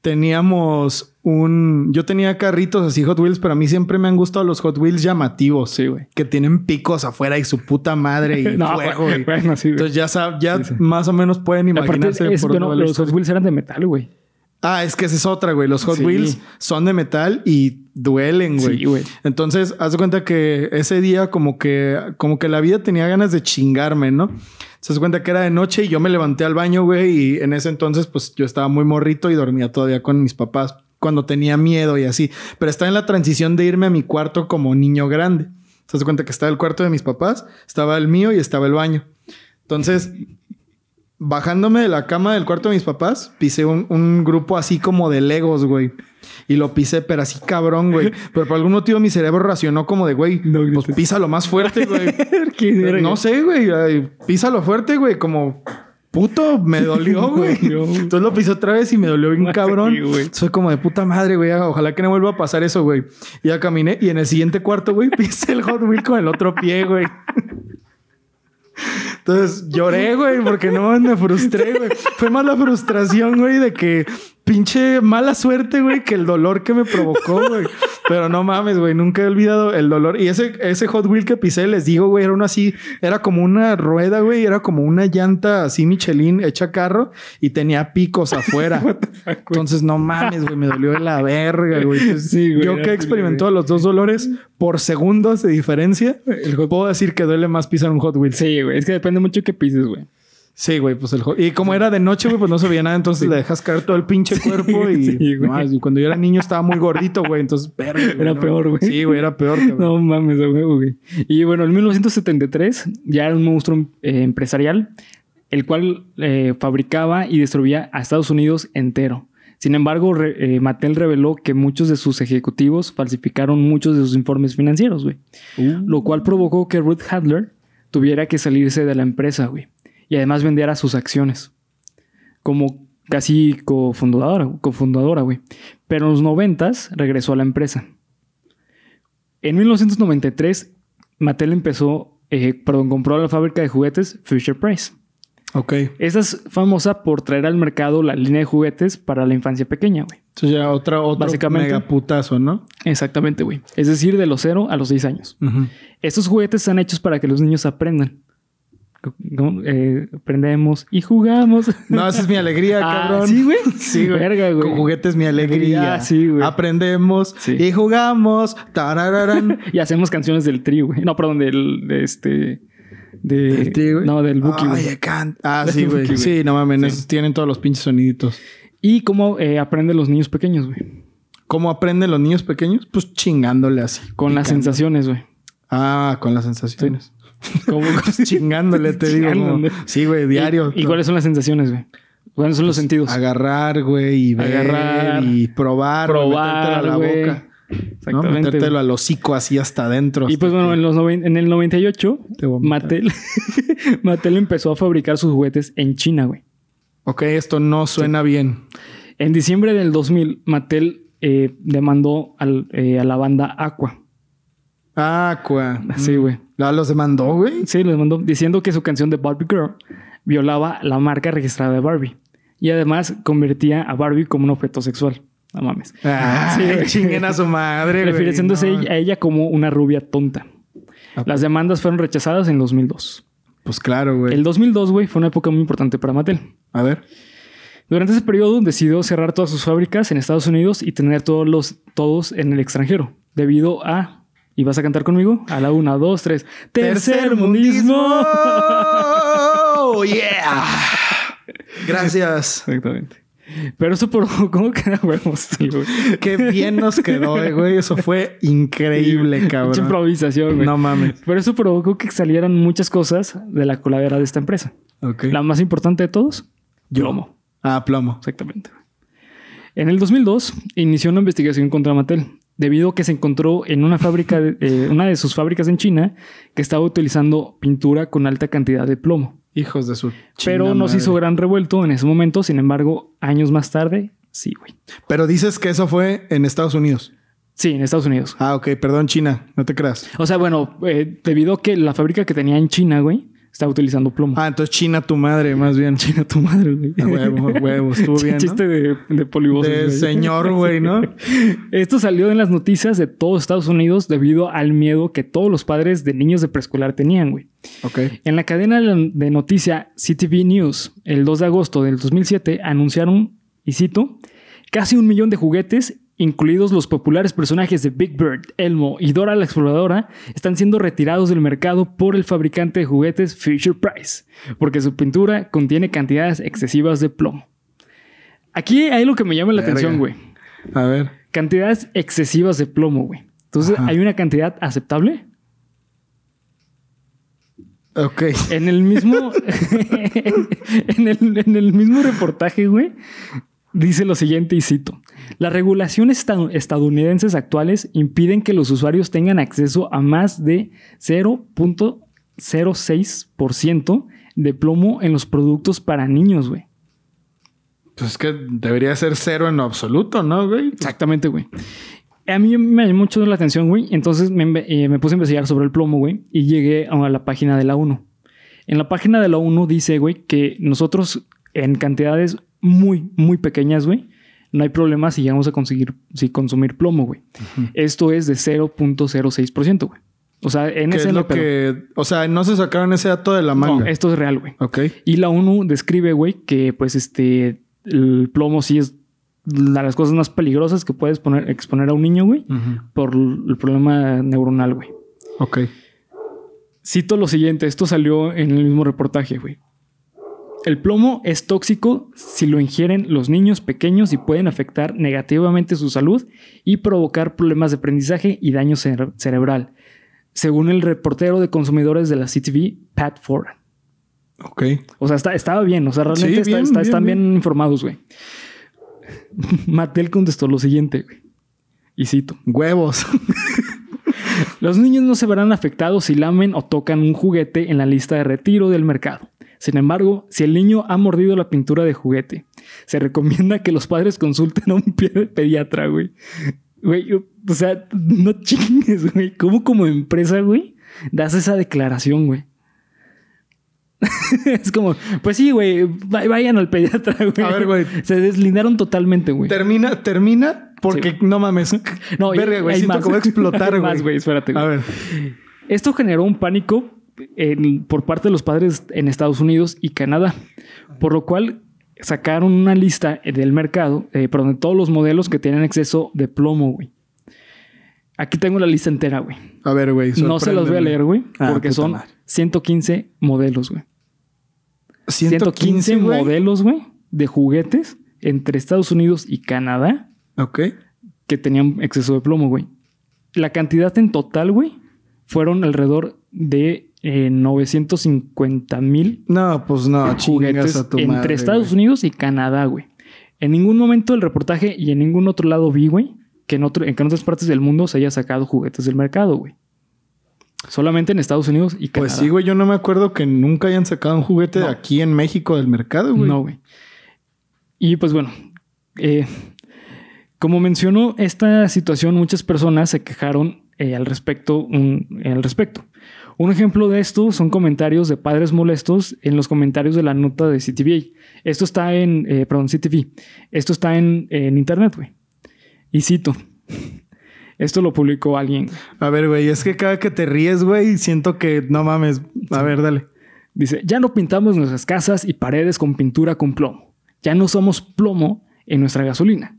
Speaker 2: teníamos un. Yo tenía carritos así Hot Wheels, pero a mí siempre me han gustado los Hot Wheels llamativos.
Speaker 1: Sí, güey.
Speaker 2: Que tienen picos afuera y su puta madre y
Speaker 1: [laughs] No,
Speaker 2: fuego.
Speaker 1: güey,
Speaker 2: y-
Speaker 1: bueno, sí, güey.
Speaker 2: Entonces ya, sab- ya más o menos pueden
Speaker 1: Y Aparte,
Speaker 2: imaginarse
Speaker 1: es-
Speaker 2: por
Speaker 1: bueno,
Speaker 2: dónde va la
Speaker 1: los Hot
Speaker 2: historia.
Speaker 1: Wheels eran de metal,
Speaker 2: [laughs]
Speaker 1: güey.
Speaker 2: Ah, es que esa es otra, güey. Los Hot
Speaker 1: Sí.
Speaker 2: Wheels son de metal y duelen, güey.
Speaker 1: Sí, güey.
Speaker 2: Entonces, haz de cuenta que ese día como que como que la vida tenía ganas de chingarme, ¿no? Se das cuenta que era de noche y yo me levanté al baño, güey, y en ese entonces pues yo estaba muy morrito y dormía todavía con mis papás cuando tenía miedo y así, pero estaba en la transición de irme a mi cuarto como niño grande. Se das cuenta que estaba el cuarto de mis papás, estaba el mío y estaba el baño. Entonces, bajándome de la cama del cuarto de mis papás, pisé un, un grupo así como de Legos, güey. Y lo pisé, pero así
Speaker 1: [laughs]
Speaker 2: cabrón, güey. Pero por algún motivo mi cerebro racionó como de, güey,
Speaker 1: No
Speaker 2: pues
Speaker 1: grites.
Speaker 2: písalo más
Speaker 1: [laughs]
Speaker 2: fuerte, güey.
Speaker 1: no
Speaker 2: no sé, güey. ay, Písalo fuerte, güey. Como puto, me dolió,
Speaker 1: Me
Speaker 2: güey.
Speaker 1: dolió, güey.
Speaker 2: Entonces lo pisé otra vez y me dolió bien
Speaker 1: Sí,
Speaker 2: cabrón.
Speaker 1: güey.
Speaker 2: Soy como de puta madre, güey. ah, Ojalá que no vuelva a pasar eso, güey. Y ya caminé y en el siguiente cuarto, güey, [laughs] pisé el Hot Wheel con el otro pie, güey. Entonces lloré, güey, porque no me frustré, güey. Fue más la frustración, güey, de que pinche mala suerte, güey, que el dolor que me provocó, güey. Pero no mames, güey, nunca he olvidado el dolor. Y ese, ese Hot Wheel que pisé, les digo, güey, era uno así, era como una rueda, güey, era como una llanta así Michelin hecha carro y tenía
Speaker 1: [laughs]
Speaker 2: picos afuera. Entonces, no mames, güey, me dolió de la verga, güey. Entonces,
Speaker 1: Sí, güey,
Speaker 2: yo
Speaker 1: era
Speaker 2: que he experimentado los dos dolores por segundos de diferencia, puedo decir que duele más pisar un Hot Wheel.
Speaker 1: Sí, güey. Es que depende mucho que pises, güey.
Speaker 2: Sí, güey, pues el jo- Y como era de noche, güey, pues no se veía nada, entonces le dejas caer todo el pinche cuerpo y.
Speaker 1: sí, güey.
Speaker 2: No, mames, y cuando yo era niño estaba muy gordito, güey, entonces. verga, güey,
Speaker 1: Era
Speaker 2: no.
Speaker 1: peor, güey.
Speaker 2: Sí, güey, era peor. cabrón.
Speaker 1: No mames, a huevo, güey. Y bueno, en 1973 ya era un monstruo eh, empresarial, el cual eh, fabricaba y destruía a Estados Unidos entero. Sin embargo, re- eh, Mattel reveló que muchos de sus ejecutivos falsificaron muchos de sus informes financieros, güey.
Speaker 2: Uh.
Speaker 1: Lo cual provocó que Ruth Handler tuviera que salirse de la empresa, güey. Y además vendiera sus acciones. Como casi cofundadora, cofundadora, güey. Pero en los noventas regresó a la empresa. En 1993, Mattel empezó, eh, perdón, compró la fábrica de juguetes Future Price.
Speaker 2: Ok.
Speaker 1: Esta es famosa por traer al mercado la línea de juguetes para la infancia pequeña, güey.
Speaker 2: Entonces ya otra, otro
Speaker 1: Básicamente.
Speaker 2: mega putazo, ¿no?
Speaker 1: Exactamente, güey. Es decir, de los 0 a los 6 años. Estos juguetes están hechos para que los niños aprendan. ¿Cómo? Eh, aprendemos y jugamos.
Speaker 2: [laughs] No, esa es mi [laughs] alegría,
Speaker 1: Ah,
Speaker 2: cabrón.
Speaker 1: ¿sí, güey?
Speaker 2: Sí, güey.
Speaker 1: Verga, güey.
Speaker 2: Con juguetes, mi alegría.
Speaker 1: Alegría, sí, güey.
Speaker 2: Aprendemos
Speaker 1: Sí.
Speaker 2: y jugamos. Tarararán.
Speaker 1: Y hacemos canciones del trío, güey. No, perdón, del de este. De,
Speaker 2: El tri, güey.
Speaker 1: No, del Buki, güey.
Speaker 2: Ay, I can't. Ah, sí,
Speaker 1: Del
Speaker 2: güey.
Speaker 1: Buki, güey.
Speaker 2: Sí, no mames. esos tienen todos los pinches soniditos.
Speaker 1: Y cómo eh, aprenden los niños pequeños, güey.
Speaker 2: ¿Cómo aprenden los niños pequeños? Pues chingándole así.
Speaker 1: Con las
Speaker 2: Picando.
Speaker 1: sensaciones, güey.
Speaker 2: Ah, con las sensaciones. [laughs]
Speaker 1: [laughs]
Speaker 2: Pues
Speaker 1: Como-
Speaker 2: Chingándole, te digo.
Speaker 1: Chingándole.
Speaker 2: como- Sí, güey, diario. Pues,
Speaker 1: ¿Y, y cuáles son las sensaciones, güey? ¿Cuáles son los sentidos?
Speaker 2: Agarrar, güey, y ver
Speaker 1: Agarrar.
Speaker 2: y probar, güey, metértelo a la
Speaker 1: güey.
Speaker 2: boca. ¿no?
Speaker 1: Exactamente.
Speaker 2: Metértelo
Speaker 1: güey.
Speaker 2: al hocico así hasta adentro.
Speaker 1: Y
Speaker 2: hasta
Speaker 1: pues bueno,
Speaker 2: que-
Speaker 1: en, los noven- en el 98,
Speaker 2: Te vomitas.
Speaker 1: Mattel, [laughs] Mattel empezó a fabricar sus juguetes en China, güey.
Speaker 2: Ok, esto no suena bien.
Speaker 1: En diciembre del 2000, Mattel eh, demandó al, eh, a la banda Aqua.
Speaker 2: Aqua.
Speaker 1: Sí, güey.
Speaker 2: Ah, Mm. ¿La los demandó, güey?
Speaker 1: Sí, lo demandó, diciendo que su canción de Barbie Girl violaba la marca registrada de Barbie. Y además convertía a Barbie como un objeto sexual. No mames.
Speaker 2: [laughs] Ah,
Speaker 1: Sí, güey.
Speaker 2: chinguen a su madre, güey.
Speaker 1: refiriéndose
Speaker 2: no.
Speaker 1: a ella como una rubia tonta.
Speaker 2: Ah,
Speaker 1: Las demandas fueron rechazadas en 2002.
Speaker 2: Pues claro, güey.
Speaker 1: El 2002, güey, fue una época muy importante para Mattel.
Speaker 2: A ver.
Speaker 1: Durante ese periodo decidió cerrar todas sus fábricas en Estados Unidos y tener todos los todos en el extranjero, debido a y vas a cantar conmigo a la una, dos, tres. Tercer mundismo.
Speaker 2: [laughs] mundismo. yeah. Gracias.
Speaker 1: [laughs] Exactamente. Pero eso [laughs] provocó que era huevo, sí, güey.
Speaker 2: Qué bien nos quedó, eh, güey. Eso fue increíble,
Speaker 1: Mucha
Speaker 2: cabrón.
Speaker 1: improvisación, güey.
Speaker 2: No mames.
Speaker 1: Pero eso provocó que salieran muchas cosas de la coladera de esta empresa.
Speaker 2: Ok.
Speaker 1: La más importante de todos, Yomo.
Speaker 2: Ah, plomo.
Speaker 1: Exactamente. En el 2002 inició una investigación contra Mattel, debido a que se encontró en una fábrica,
Speaker 2: [laughs]
Speaker 1: de- eh, una de sus fábricas en China, que estaba utilizando pintura con alta cantidad de plomo.
Speaker 2: Hijos de su.
Speaker 1: Pero no se hizo gran revuelto en ese momento, sin embargo, años más tarde, sí, güey.
Speaker 2: Pero dices que eso fue en Estados Unidos.
Speaker 1: Sí, en Estados Unidos.
Speaker 2: Ah, ok. Perdón, China. No te creas.
Speaker 1: O sea, bueno, eh, debido a que la fábrica que tenía en China, güey, estaba utilizando plomo.
Speaker 2: Ah, entonces China tu madre, más [laughs] bien.
Speaker 1: China, tu madre, [laughs] güey.
Speaker 2: A huevo, a huevo. Estuvo bien, ¿no?
Speaker 1: Chiste de, de polivoces,
Speaker 2: De
Speaker 1: güey.
Speaker 2: [laughs] señor,
Speaker 1: [laughs]
Speaker 2: güey, ¿no?
Speaker 1: Esto salió en las noticias de todos Estados Unidos debido al miedo que todos los padres de niños de preescolar tenían, güey.
Speaker 2: Ok.
Speaker 1: En la cadena de noticia CTV News, el 2 de agosto del 2007, anunciaron, y cito, casi un millón de juguetes, incluidos los populares personajes de Big Bird, Elmo y Dora la Exploradora, están siendo retirados del mercado por el fabricante de juguetes Future Price, porque su pintura contiene cantidades excesivas de plomo. Aquí hay lo que me llama la
Speaker 2: Verga.
Speaker 1: atención, güey
Speaker 2: A ver.
Speaker 1: cantidades excesivas de plomo, güey. Entonces,
Speaker 2: Ajá.
Speaker 1: hay una cantidad aceptable.
Speaker 2: Ok.
Speaker 1: En el mismo. [laughs] en, el, en el mismo reportaje, güey. Dice lo siguiente, y cito: Las regulaciones estad- estadounidenses actuales impiden que los usuarios tengan acceso a más de 0.06% de plomo en los productos para niños, güey.
Speaker 2: Pues es que debería ser cero en absoluto, ¿no, güey?
Speaker 1: Exactamente, güey. A mí me llamó mucho la atención, güey. Entonces me, inve- eh, me puse a investigar sobre el plomo, güey. Y llegué a la página de la 1. En la página de la 1 dice, güey, que nosotros en cantidades muy, muy pequeñas, güey, no hay problema si llegamos a conseguir, si consumir plomo, güey. Esto es de 0.06%, güey. O sea, en
Speaker 2: Que es
Speaker 1: ese
Speaker 2: lo que. O sea, no se sacaron ese dato de la manga.
Speaker 1: No, esto es real, güey.
Speaker 2: Ok.
Speaker 1: Y la ONU describe, güey, que pues este, el plomo sí es la- las cosas más peligrosas que puedes poner, exponer a un niño, güey,
Speaker 2: Ujú.
Speaker 1: por el problema neuronal, güey.
Speaker 2: Ok.
Speaker 1: Cito lo siguiente, esto salió en el mismo reportaje, güey. El plomo es tóxico si lo ingieren los niños pequeños y pueden afectar negativamente su salud y provocar problemas de aprendizaje y daño cere- cerebral, según el reportero de consumidores de la CTV, Pat Ford.
Speaker 2: Ok.
Speaker 1: O sea, está- estaba bien, o sea, realmente
Speaker 2: Sí,
Speaker 1: está-
Speaker 2: bien,
Speaker 1: está-
Speaker 2: bien,
Speaker 1: están bien,
Speaker 2: bien.
Speaker 1: informados, güey. [laughs] Mattel contestó lo siguiente, güey. Y cito.
Speaker 2: Huevos.
Speaker 1: Los niños no se verán afectados si lamen o tocan un juguete en la lista de retiro del mercado. Sin embargo, si el niño ha mordido la pintura de juguete, se recomienda que los padres consulten a un [laughs] pe- pediatra, güey. Güey, yo- o sea, no chingues, güey. ¿Cómo como empresa, güey, das esa declaración, güey? [laughs] es como, pues sí, güey, va- vayan al pediatra, güey.
Speaker 2: A ver, güey.
Speaker 1: Se deslindaron totalmente, güey.
Speaker 2: Termina, termina, porque no mames.
Speaker 1: [laughs] No, y-
Speaker 2: Verga, güey.
Speaker 1: hay
Speaker 2: Siento
Speaker 1: más.
Speaker 2: que voy a
Speaker 1: [laughs]
Speaker 2: explotar,
Speaker 1: Hay
Speaker 2: güey.
Speaker 1: más, güey, espérate, güey.
Speaker 2: A ver.
Speaker 1: Esto generó un pánico en- por parte de los padres en Estados Unidos y Canadá, por lo cual sacaron una lista del mercado, eh, perdón, de todos los modelos que tienen exceso de plomo, güey. Aquí tengo la lista entera, güey.
Speaker 2: A ver, güey.
Speaker 1: No se los voy a leer, güey,
Speaker 2: Ah,
Speaker 1: porque
Speaker 2: puta
Speaker 1: son
Speaker 2: madre.
Speaker 1: 115 modelos, güey.
Speaker 2: 115,
Speaker 1: 115
Speaker 2: güey.
Speaker 1: modelos, güey, de juguetes entre Estados Unidos y Canadá
Speaker 2: Ok.
Speaker 1: que tenían exceso de plomo, güey. La cantidad en total, güey, fueron alrededor de 950 mil
Speaker 2: No, pues no, chingas
Speaker 1: juguetes
Speaker 2: a tu
Speaker 1: entre
Speaker 2: madre,
Speaker 1: Estados
Speaker 2: güey.
Speaker 1: Unidos y Canadá, güey. En ningún momento del reportaje y en ningún otro lado vi, güey, que en, otro- en que en otras partes del mundo se haya sacado juguetes del mercado, güey. Solamente en Estados Unidos y Canadá.
Speaker 2: Pues sí, güey. Yo no me acuerdo que nunca hayan sacado un juguete
Speaker 1: No.
Speaker 2: de aquí en México del mercado, güey.
Speaker 1: No, güey. Y pues bueno, eh, como mencionó esta situación, muchas personas se quejaron eh, al, respecto, un- al respecto. Un ejemplo de esto son comentarios de padres molestos en los comentarios de la nota de CTV. Esto está en, eh, perdón, CTV. Esto está en, en internet, güey. Y cito. [laughs] Esto lo publicó alguien.
Speaker 2: A ver, güey. Es que cada que te ríes, güey, siento que no mames. A ver, dale.
Speaker 1: Dice, ya no pintamos nuestras casas y paredes con pintura con plomo. Ya no somos plomo en nuestra gasolina.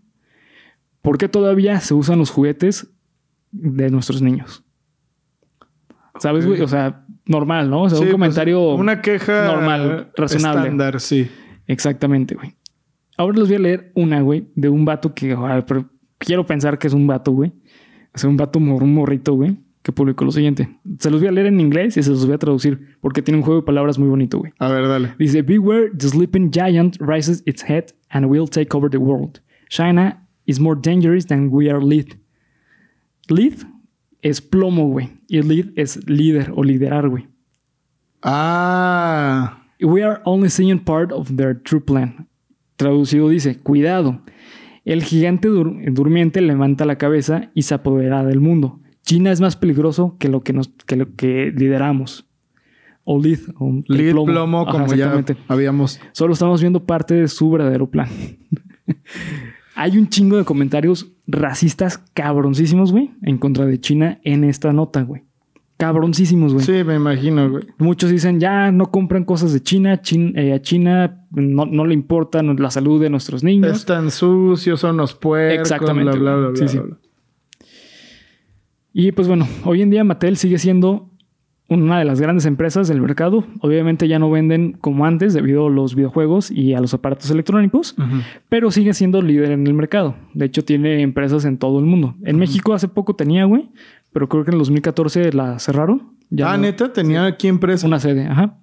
Speaker 1: ¿Por qué todavía se usan los juguetes de nuestros niños? ¿Sabes, güey? O sea, normal, ¿no? O sea,
Speaker 2: Sí,
Speaker 1: un
Speaker 2: pues,
Speaker 1: comentario...
Speaker 2: una queja
Speaker 1: normal, razonable.
Speaker 2: Estándar, sí.
Speaker 1: Exactamente, güey. Ahora les voy a leer una, güey, de un vato que... ojalá, pero quiero pensar que es un vato, güey. O sea, un vato, mor- un morrito, güey, que publicó lo siguiente. Se los voy a leer en inglés y se los voy a traducir porque tiene un juego de palabras muy bonito, güey.
Speaker 2: A ver, dale.
Speaker 1: Dice, beware, the sleeping giant raises its head and will take over the world. China is more dangerous than we are lead. Lead es plomo, güey. Y lead es líder o liderar, güey.
Speaker 2: Ah.
Speaker 1: We are only seeing part of their true plan. Traducido dice, cuidado. El gigante dur- durmiente levanta la cabeza y se apodera del mundo. China es más peligroso que lo que, nos, que, lo que lideramos. O lead. O el
Speaker 2: Lead plomo,
Speaker 1: Ajá,
Speaker 2: como ya
Speaker 1: exactamente.
Speaker 2: habíamos.
Speaker 1: Solo estamos viendo parte de su verdadero plan. [laughs] Hay un chingo de comentarios racistas cabroncísimos, güey, en contra de China en esta nota, güey. Cabroncísimos, güey.
Speaker 2: Sí, me imagino, güey.
Speaker 1: Muchos dicen, ya no compran cosas de China, Chin- eh, a China no, no le importa no- la salud de nuestros niños.
Speaker 2: Están sucios, son los puercos.
Speaker 1: Exactamente,
Speaker 2: Bla, bla,
Speaker 1: güey.
Speaker 2: bla, bla,
Speaker 1: Sí, sí.
Speaker 2: bla, bla.
Speaker 1: Y pues bueno, hoy en día Mattel sigue siendo una de las grandes empresas del mercado. Obviamente ya no venden como antes debido a los videojuegos y a los aparatos electrónicos.
Speaker 2: Ujú.
Speaker 1: pero sigue siendo líder en el mercado. De hecho, tiene empresas en todo el mundo. En México hace poco tenía, güey, pero creo que en el 2014 la cerraron. Ya
Speaker 2: ah,
Speaker 1: no-
Speaker 2: neta, tenía aquí empresa.
Speaker 1: Una sede, ajá.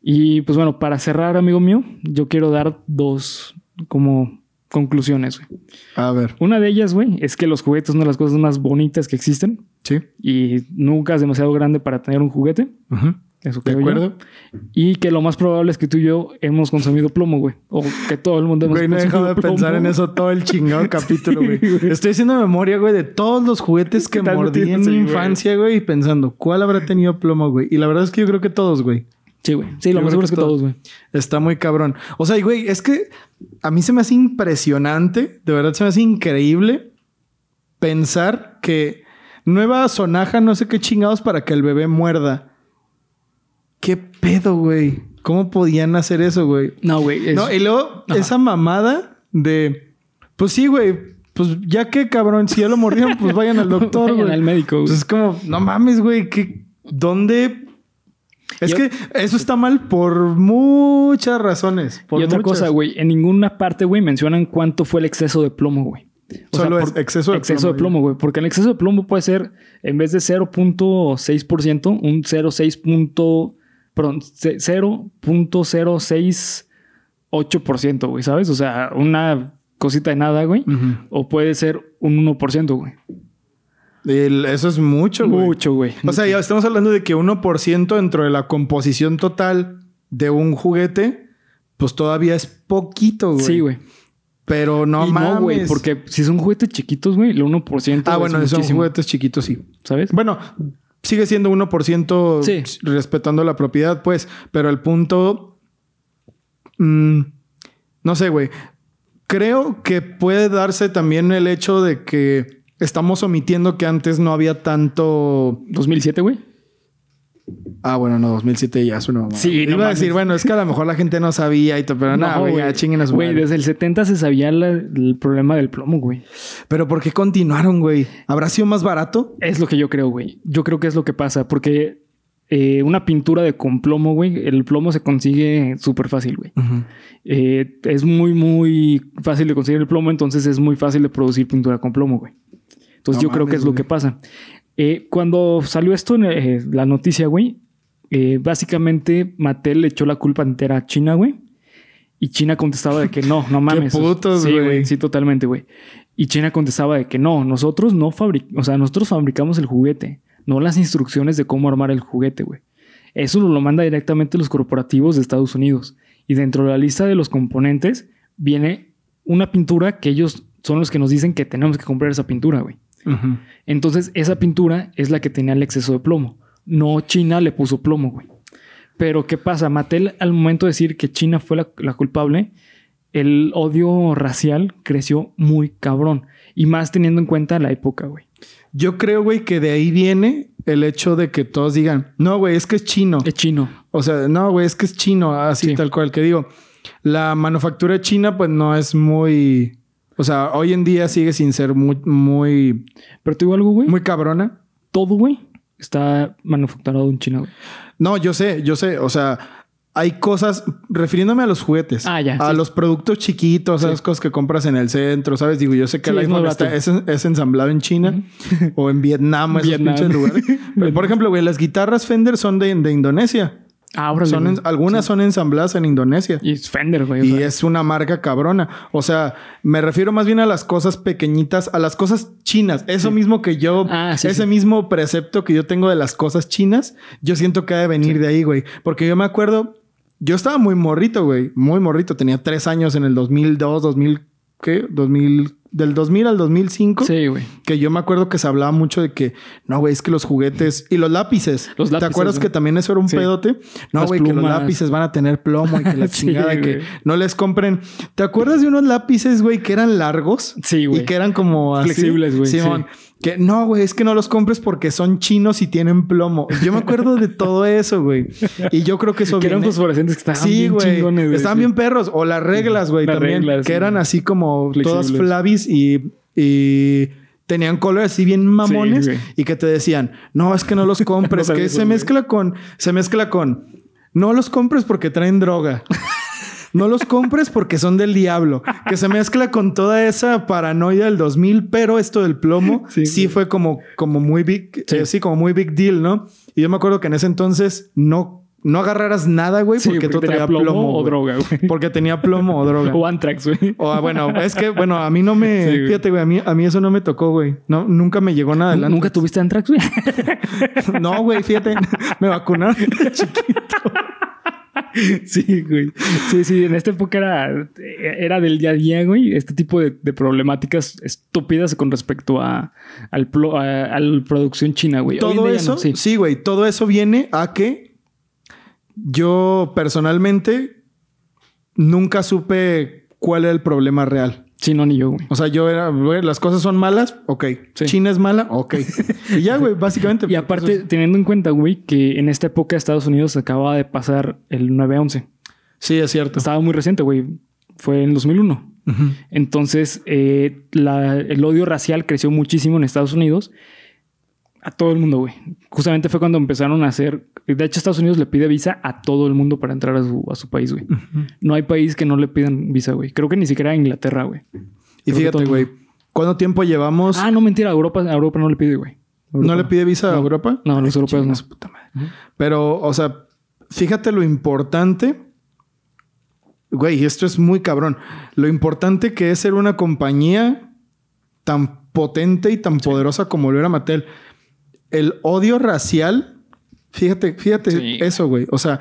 Speaker 1: Y pues bueno, para cerrar, amigo mío, yo quiero dar dos como conclusiones, güey.
Speaker 2: A ver,
Speaker 1: Una de ellas, güey, es que los juguetes son una de las cosas más bonitas que existen
Speaker 2: sí.
Speaker 1: y nunca es demasiado grande para tener un juguete.
Speaker 2: Ujú.
Speaker 1: Eso
Speaker 2: ¿De
Speaker 1: creo yo.
Speaker 2: acuerdo?
Speaker 1: Y que lo más probable es que tú y yo hemos consumido plomo, güey. O que todo el mundo hemos
Speaker 2: Güey, no he dejado de
Speaker 1: consumido plomo.
Speaker 2: pensar en eso todo el
Speaker 1: [laughs]
Speaker 2: chingado capítulo, güey.
Speaker 1: güey.
Speaker 2: Estoy haciendo memoria, güey, de todos los juguetes que
Speaker 1: Estás
Speaker 2: mordí
Speaker 1: metiendo,
Speaker 2: en mi
Speaker 1: sí, güey.
Speaker 2: infancia, güey, y pensando, ¿cuál habrá tenido plomo, güey? Y la verdad es que yo creo que todos, güey.
Speaker 1: Sí, güey. Sí, lo
Speaker 2: Yo
Speaker 1: más seguro
Speaker 2: creo que
Speaker 1: es que
Speaker 2: todo.
Speaker 1: todos, güey.
Speaker 2: Está muy cabrón. O sea, y güey, es que a mí se me hace impresionante, de verdad se me hace increíble pensar que nueva sonaja, no sé qué chingados para que el bebé muerda. ¿Qué pedo, güey? ¿Cómo podían hacer eso, güey?
Speaker 1: No, güey. es-
Speaker 2: No, y luego
Speaker 1: Ajá.
Speaker 2: esa mamada de, pues sí, güey, pues ya que cabrón, si ya lo mordieron, pues
Speaker 1: [laughs]
Speaker 2: vayan al doctor,
Speaker 1: Vayan
Speaker 2: güey.
Speaker 1: al médico, güey.
Speaker 2: Pues es como, no mames, güey, que dónde es
Speaker 1: Yo-
Speaker 2: que eso está mal por muchas razones. Por
Speaker 1: y otra
Speaker 2: muchas.
Speaker 1: cosa, güey, en ninguna parte, güey, mencionan cuánto fue el exceso de plomo, güey.
Speaker 2: Solo es exceso de
Speaker 1: exceso de
Speaker 2: plomo,
Speaker 1: plomo, güey. Porque el exceso de plomo puede ser, en vez de 0.6%, un 0.6. punto- Perdón, ce- 0.068%, güey, ¿sabes? O sea, una cosita de nada, güey.
Speaker 2: Ujú.
Speaker 1: O puede ser un 1%, güey.
Speaker 2: El- eso es mucho, güey.
Speaker 1: Mucho, güey.
Speaker 2: O sea, ya estamos hablando de que 1% dentro de la composición total de un juguete, pues todavía es poquito, güey.
Speaker 1: Sí, güey.
Speaker 2: Pero
Speaker 1: No,
Speaker 2: no
Speaker 1: y
Speaker 2: mames.
Speaker 1: no, güey, porque si son juguetes chiquitos, güey, el 1%
Speaker 2: Ah,
Speaker 1: es
Speaker 2: bueno, son
Speaker 1: muchísimo,
Speaker 2: juguetes chiquitos, sí.
Speaker 1: ¿sabes?
Speaker 2: Bueno, sigue siendo 1%
Speaker 1: Sí.
Speaker 2: respetando la propiedad, pues, pero el punto... mm, no sé, güey. Creo que puede darse también el hecho de que estamos omitiendo que antes no había tanto...
Speaker 1: 2007, güey.
Speaker 2: Ah, bueno, no, 2007 ya es una mamada.
Speaker 1: Sí, no
Speaker 2: Iba a decir,
Speaker 1: mames.
Speaker 2: bueno, es que a lo mejor la gente no sabía y todo, pero nada, güey, ya chinguen a su
Speaker 1: Güey,
Speaker 2: madre.
Speaker 1: desde el 70 se sabía la- el problema del plomo, güey.
Speaker 2: Pero ¿por qué continuaron, güey? ¿Habrá sido más barato?
Speaker 1: Es lo que yo creo, güey. Yo creo que es lo que pasa, porque eh, una pintura de con plomo, güey, el plomo se consigue súper fácil, güey. Eh, es muy, muy fácil de conseguir el plomo, entonces es muy fácil de producir pintura con plomo, güey. Entonces
Speaker 2: No
Speaker 1: yo creo que
Speaker 2: mames,
Speaker 1: es lo
Speaker 2: güey.
Speaker 1: que pasa. Eh, cuando salió esto en eh, la noticia, güey, eh, básicamente Mattel le echó la culpa entera a China, güey. Y China contestaba de que
Speaker 2: [laughs]
Speaker 1: no, no mames.
Speaker 2: putos,
Speaker 1: sí,
Speaker 2: güey.
Speaker 1: Sí, totalmente, güey. Y China contestaba de que no, nosotros no fabricamos, o sea, nosotros fabricamos el juguete, no las instrucciones de cómo armar el juguete, güey. Eso lo manda directamente los corporativos de Estados Unidos. Y dentro de la lista de los componentes viene una pintura que ellos son los que nos dicen que tenemos que comprar esa pintura, güey.
Speaker 2: Ujú.
Speaker 1: Entonces, esa pintura es la que tenía el exceso de plomo. No China le puso plomo, güey. Pero, ¿qué pasa? Mattel, al momento de decir que China fue la, la culpable, el odio racial creció muy cabrón. Y más teniendo en cuenta la época, güey.
Speaker 2: Yo creo, güey, que de ahí viene el hecho de que todos digan, no, güey, es que es chino.
Speaker 1: Es chino.
Speaker 2: O sea, no, güey, es que es chino, así
Speaker 1: Sí.
Speaker 2: tal cual que digo. La manufactura china, pues no es muy. O sea, hoy en día sigue sin ser muy, muy,
Speaker 1: Pero te digo algo, güey.
Speaker 2: muy cabrona.
Speaker 1: Todo, güey, está manufacturado en China, güey.
Speaker 2: No, yo sé, yo sé. O sea, hay cosas, refiriéndome a los juguetes,
Speaker 1: Ah, ya,
Speaker 2: a
Speaker 1: sí.
Speaker 2: los productos chiquitos, a las cosas que compras en el centro, ¿sabes? Digo, yo sé que
Speaker 1: Sí,
Speaker 2: el
Speaker 1: es
Speaker 2: iPhone
Speaker 1: más
Speaker 2: está-
Speaker 1: barato.
Speaker 2: es, es ensamblado en China [laughs] o en Vietnam, esos
Speaker 1: Vietnam. [laughs]
Speaker 2: pinches lugares. Pero, por ejemplo, güey, las guitarras Fender son de, de Indonesia.
Speaker 1: Ahora
Speaker 2: Son en- algunas son ensambladas en Indonesia.
Speaker 1: Ah, Y es Fender, güey. o
Speaker 2: Y
Speaker 1: sea,
Speaker 2: es una marca cabrona. O sea, me refiero más bien a las cosas pequeñitas, a las cosas chinas. Eso mismo que yo,
Speaker 1: Ah, sí,
Speaker 2: ese
Speaker 1: sí.
Speaker 2: mismo precepto que yo tengo de las cosas chinas, yo siento que ha de venir de ahí, güey. Porque yo me acuerdo, yo estaba muy morrito, güey. Muy morrito. Tenía tres años en el 2002, 2000, ¿qué? 2000, del 2000 al 2005.
Speaker 1: Sí, güey.
Speaker 2: Que yo me acuerdo que se hablaba mucho de que, no, güey, es que los juguetes y los lápices.
Speaker 1: Los
Speaker 2: ¿Te
Speaker 1: lápices,
Speaker 2: acuerdas
Speaker 1: ¿no?
Speaker 2: que también eso era un
Speaker 1: Sí.
Speaker 2: pedote? No,
Speaker 1: Las
Speaker 2: güey, que los
Speaker 1: plumas.
Speaker 2: lápices van a tener plomo y que
Speaker 1: [laughs]
Speaker 2: la
Speaker 1: Sí,
Speaker 2: chingada que
Speaker 1: güey.
Speaker 2: no les compren. ¿Te acuerdas de unos lápices, güey, que eran largos?
Speaker 1: Sí, güey.
Speaker 2: Y que eran como así.
Speaker 1: Flexibles, güey,
Speaker 2: Simón. Que no, güey, es que no los compres porque son chinos y tienen plomo. Yo me acuerdo de todo eso, güey. Y yo creo que
Speaker 1: [laughs]
Speaker 2: eso
Speaker 1: Que eran
Speaker 2: viene-
Speaker 1: fosforescentes que estaban
Speaker 2: Sí,
Speaker 1: bien
Speaker 2: güey.
Speaker 1: chingones, güey.
Speaker 2: Estaban
Speaker 1: sí.
Speaker 2: bien perros. O las reglas, güey,
Speaker 1: Las
Speaker 2: también.
Speaker 1: reglas,
Speaker 2: que
Speaker 1: sí.
Speaker 2: eran así como todas
Speaker 1: Flexibles.
Speaker 2: flavis y, y tenían colores así bien mamones.
Speaker 1: Sí, güey.
Speaker 2: y que te decían, no, es que
Speaker 1: [laughs]
Speaker 2: no los compres.
Speaker 1: No
Speaker 2: que
Speaker 1: sabes,
Speaker 2: se
Speaker 1: güey.
Speaker 2: mezcla con... Se mezcla con... No los compres porque
Speaker 1: [laughs]
Speaker 2: traen droga. No los compres porque son del diablo. Que se mezcla con toda esa paranoia del 2000, pero esto del plomo sí,
Speaker 1: Sí, güey.
Speaker 2: fue como, como muy big, eh, sí.
Speaker 1: Sí.
Speaker 2: como muy big deal, ¿no? Y yo me acuerdo que en ese entonces no, no agarraras nada, güey,
Speaker 1: Sí,
Speaker 2: porque, tú
Speaker 1: tenía
Speaker 2: traías plomo,
Speaker 1: o
Speaker 2: güey.
Speaker 1: droga, güey.
Speaker 2: [laughs] Porque tenía plomo o droga.
Speaker 1: [laughs] O Antrax, güey.
Speaker 2: O ah, bueno, es que, bueno, a mí no me.
Speaker 1: Sí, güey.
Speaker 2: fíjate, güey, a mí, a mí eso no me tocó, güey. No, nunca me llegó
Speaker 1: [laughs]
Speaker 2: nada adelante.
Speaker 1: ¿Nunca tuviste Antrax, güey?
Speaker 2: No, güey, fíjate, [laughs]
Speaker 1: [laughs]
Speaker 2: me vacunaron.
Speaker 1: sí, güey. Sí, sí, en esta época era, era del día a día, güey. Este tipo de, de problemáticas estúpidas con respecto a, al plo- a, a la producción china, güey. Hoy en
Speaker 2: Todo
Speaker 1: día ya
Speaker 2: eso,
Speaker 1: no, sí.
Speaker 2: sí, güey, todo eso viene a que Yo personalmente nunca supe cuál era el problema real.
Speaker 1: Sí, no, ni yo, güey.
Speaker 2: O sea, yo era, güey, las cosas son malas, ok.
Speaker 1: Sí.
Speaker 2: China es mala,
Speaker 1: [laughs]
Speaker 2: ok. y ya, güey, básicamente. pues,
Speaker 1: Y aparte, teniendo en cuenta, güey, que en esta época Estados Unidos acaba de pasar el 9-11.
Speaker 2: Sí, es cierto.
Speaker 1: Estaba muy reciente, güey. Fue en 2001.
Speaker 2: Ujú.
Speaker 1: Entonces, eh, la- el odio racial creció muchísimo en Estados Unidos. A todo el mundo, güey. Justamente fue cuando empezaron a hacer... De hecho, Estados Unidos le pide visa a todo el mundo para entrar a su, a su país, güey. No hay país que no le pidan visa, güey. Creo que ni siquiera a Inglaterra, güey.
Speaker 2: Y
Speaker 1: Creo que todo
Speaker 2: fíjate,
Speaker 1: el
Speaker 2: güey, ¿cuánto tiempo llevamos?
Speaker 1: Ah, no, mentira. A Europa, a Europa no le pide, güey.
Speaker 2: ¿No
Speaker 1: Europa
Speaker 2: le pide visa a Europa?
Speaker 1: No, los europeos no.
Speaker 2: Chingas, puta madre. Pero, o sea, fíjate lo importante. Güey, esto es muy cabrón. Lo importante que es ser una compañía tan potente y tan poderosa como lo era Mattel. El odio racial, fíjate, fíjate
Speaker 1: Sí.
Speaker 2: eso, güey. O sea,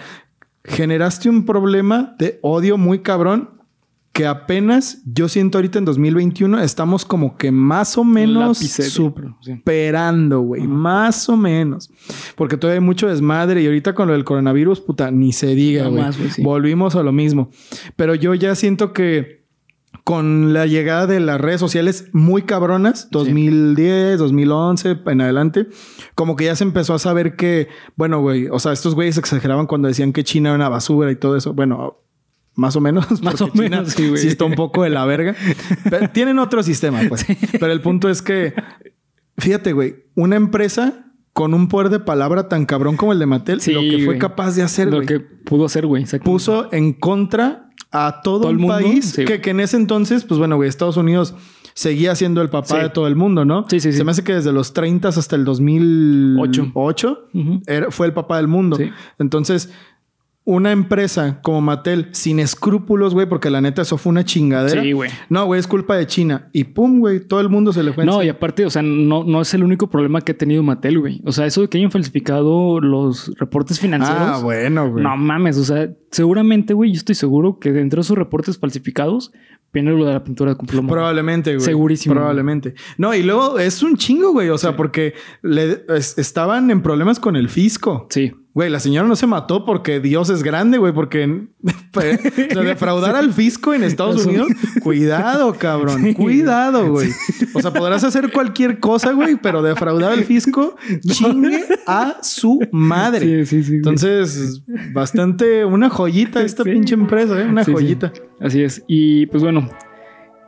Speaker 2: generaste un problema de odio muy cabrón que apenas yo siento ahorita en 2021 estamos como que más o menos
Speaker 1: Lápiz,
Speaker 2: su-
Speaker 1: pero, sí.
Speaker 2: superando, güey. Más o menos. Porque todavía hay mucho desmadre. Y ahorita con lo del coronavirus, puta, ni se diga,
Speaker 1: No
Speaker 2: güey.
Speaker 1: más, güey, sí.
Speaker 2: Volvimos a lo mismo. Pero yo ya siento que con la llegada de las redes sociales muy cabronas, 2010, 2011, en adelante, como que ya se empezó a saber que, bueno, güey, o sea, estos güeyes exageraban cuando decían que China era una basura y todo eso. Bueno, más o menos. [laughs]
Speaker 1: Más
Speaker 2: porque
Speaker 1: o menos, sí, güey.
Speaker 2: está un poco de la verga. Pero tienen otro sistema,
Speaker 1: [laughs]
Speaker 2: pues. Pero el punto es que, fíjate, güey, una empresa con un poder de palabra tan cabrón como el de Mattel,
Speaker 1: Sí,
Speaker 2: lo que fue
Speaker 1: güey.
Speaker 2: capaz de hacer,
Speaker 1: Lo
Speaker 2: güey,
Speaker 1: que pudo hacer, güey. exacto.
Speaker 2: puso en contra a todo,
Speaker 1: ¿Todo el
Speaker 2: un
Speaker 1: mundo?
Speaker 2: país
Speaker 1: Sí,
Speaker 2: que,
Speaker 1: güey.
Speaker 2: que en ese entonces, pues bueno, güey, Estados Unidos seguía siendo el papá
Speaker 1: Sí.
Speaker 2: de todo el mundo, ¿no?
Speaker 1: Sí, sí, sí.
Speaker 2: Se me hace que desde los 30 hasta el 2008
Speaker 1: Ujú.
Speaker 2: era- fue el papá del mundo.
Speaker 1: Sí.
Speaker 2: Entonces, una empresa como Mattel, sin escrúpulos, güey, porque la neta eso fue una chingadera.
Speaker 1: Sí, güey.
Speaker 2: No, güey, es culpa de China. Y pum, güey, todo el mundo se le fue.
Speaker 1: No,
Speaker 2: encima.
Speaker 1: y aparte, o sea, no, no es el único problema que ha tenido Mattel, güey. O sea, eso de que hayan falsificado los reportes financieros.
Speaker 2: ah, bueno, güey.
Speaker 1: No mames, o sea, seguramente, güey, yo estoy seguro que dentro de esos reportes falsificados viene lo de la pintura de cumpleaños.
Speaker 2: Probablemente, güey.
Speaker 1: Segurísimo.
Speaker 2: Probablemente. No, y luego es un chingo, güey. O sea, porque le, es- estaban en problemas con el fisco.
Speaker 1: Sí.
Speaker 2: Güey, la señora no se mató porque Dios es grande, güey, porque [laughs] pues, o sea,
Speaker 1: [laughs]
Speaker 2: defraudar al fisco en Estados
Speaker 1: Los
Speaker 2: Unidos, cuidado,
Speaker 1: [laughs]
Speaker 2: cabrón, cuidado, güey. O sea, podrás hacer cualquier cosa, güey, pero defraudar
Speaker 1: [laughs]
Speaker 2: al fisco, chingue a su
Speaker 1: Sí, sí,
Speaker 2: madre.
Speaker 1: sí, sí.
Speaker 2: Entonces, bastante una joyita esta
Speaker 1: Sí.
Speaker 2: pinche empresa, ¿eh? una
Speaker 1: Sí, sí.
Speaker 2: joyita.
Speaker 1: Así es. Y pues bueno,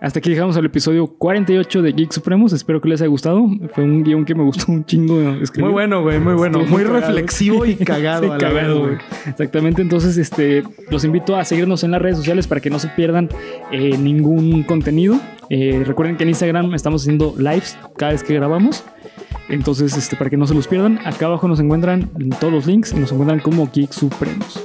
Speaker 1: hasta aquí llegamos al episodio 48 de Geek Supremos. Espero que les haya gustado. Fue un guión que me gustó un chingo escribir.
Speaker 2: Muy bueno, güey, muy bueno,
Speaker 1: Estuvo
Speaker 2: muy
Speaker 1: cagado.
Speaker 2: reflexivo y
Speaker 1: [laughs]
Speaker 2: cagado,
Speaker 1: Sí,
Speaker 2: a la
Speaker 1: cagado,
Speaker 2: vez,
Speaker 1: güey. Exactamente, entonces este, los invito a seguirnos en las redes sociales para que no se pierdan eh, ningún contenido. Eh, recuerden que en Instagram estamos haciendo lives cada vez que grabamos. Entonces, este, para que no se los pierdan, acá abajo nos encuentran todos los links y nos encuentran como Geek Supremos.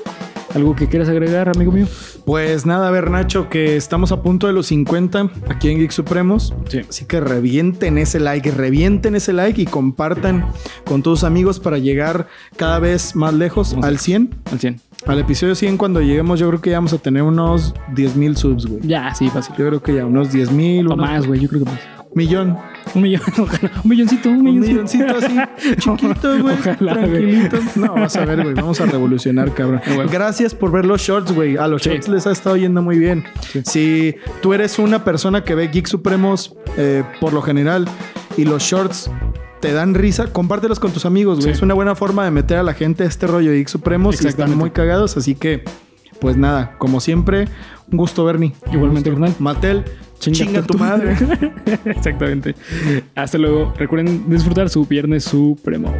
Speaker 1: ¿Algo que quieras agregar, amigo mío?
Speaker 2: Pues nada, a ver, Nacho, que estamos a punto de los 50 aquí en Geek Supremos.
Speaker 1: Sí.
Speaker 2: Así que revienten ese like, revienten ese like y compartan con tus amigos para llegar cada vez más lejos
Speaker 1: Vamos a-
Speaker 2: al 100.
Speaker 1: Al 100.
Speaker 2: Al episodio 100, cuando lleguemos, yo creo que ya vamos a tener unos 10 mil subs, güey.
Speaker 1: Ya, sí, fácil.
Speaker 2: Yo creo que ya unos 10 mil,
Speaker 1: O
Speaker 2: un
Speaker 1: más, güey, yo creo que más.
Speaker 2: millón.
Speaker 1: Un millón, [laughs] ojalá. Un milloncito, un
Speaker 2: Un
Speaker 1: milloncito.
Speaker 2: milloncito así, [laughs] chiquito, güey.
Speaker 1: Ojalá,
Speaker 2: Tranquilito. [laughs] No, vas a ver, güey. Vamos a revolucionar, cabrón.
Speaker 1: Eh, güey.
Speaker 2: Gracias por ver los shorts, güey. A los
Speaker 1: Sí.
Speaker 2: shorts les ha estado yendo muy bien.
Speaker 1: Sí.
Speaker 2: Si tú eres una persona que ve Geek Supremos eh, por lo general y los shorts te dan risa, compártelos con tus amigos, güey.
Speaker 1: Sí.
Speaker 2: Es una buena forma de meter a la gente a este rollo de Geek Supremos y están
Speaker 1: Exactamente.
Speaker 2: muy cagados. Así que, pues nada, como siempre, un gusto, Bernie.
Speaker 1: Igualmente, carnal.
Speaker 2: Matel, chinga, tu madre.
Speaker 1: [laughs] Exactamente. Hasta luego. Recuerden disfrutar su Viernes Supremo.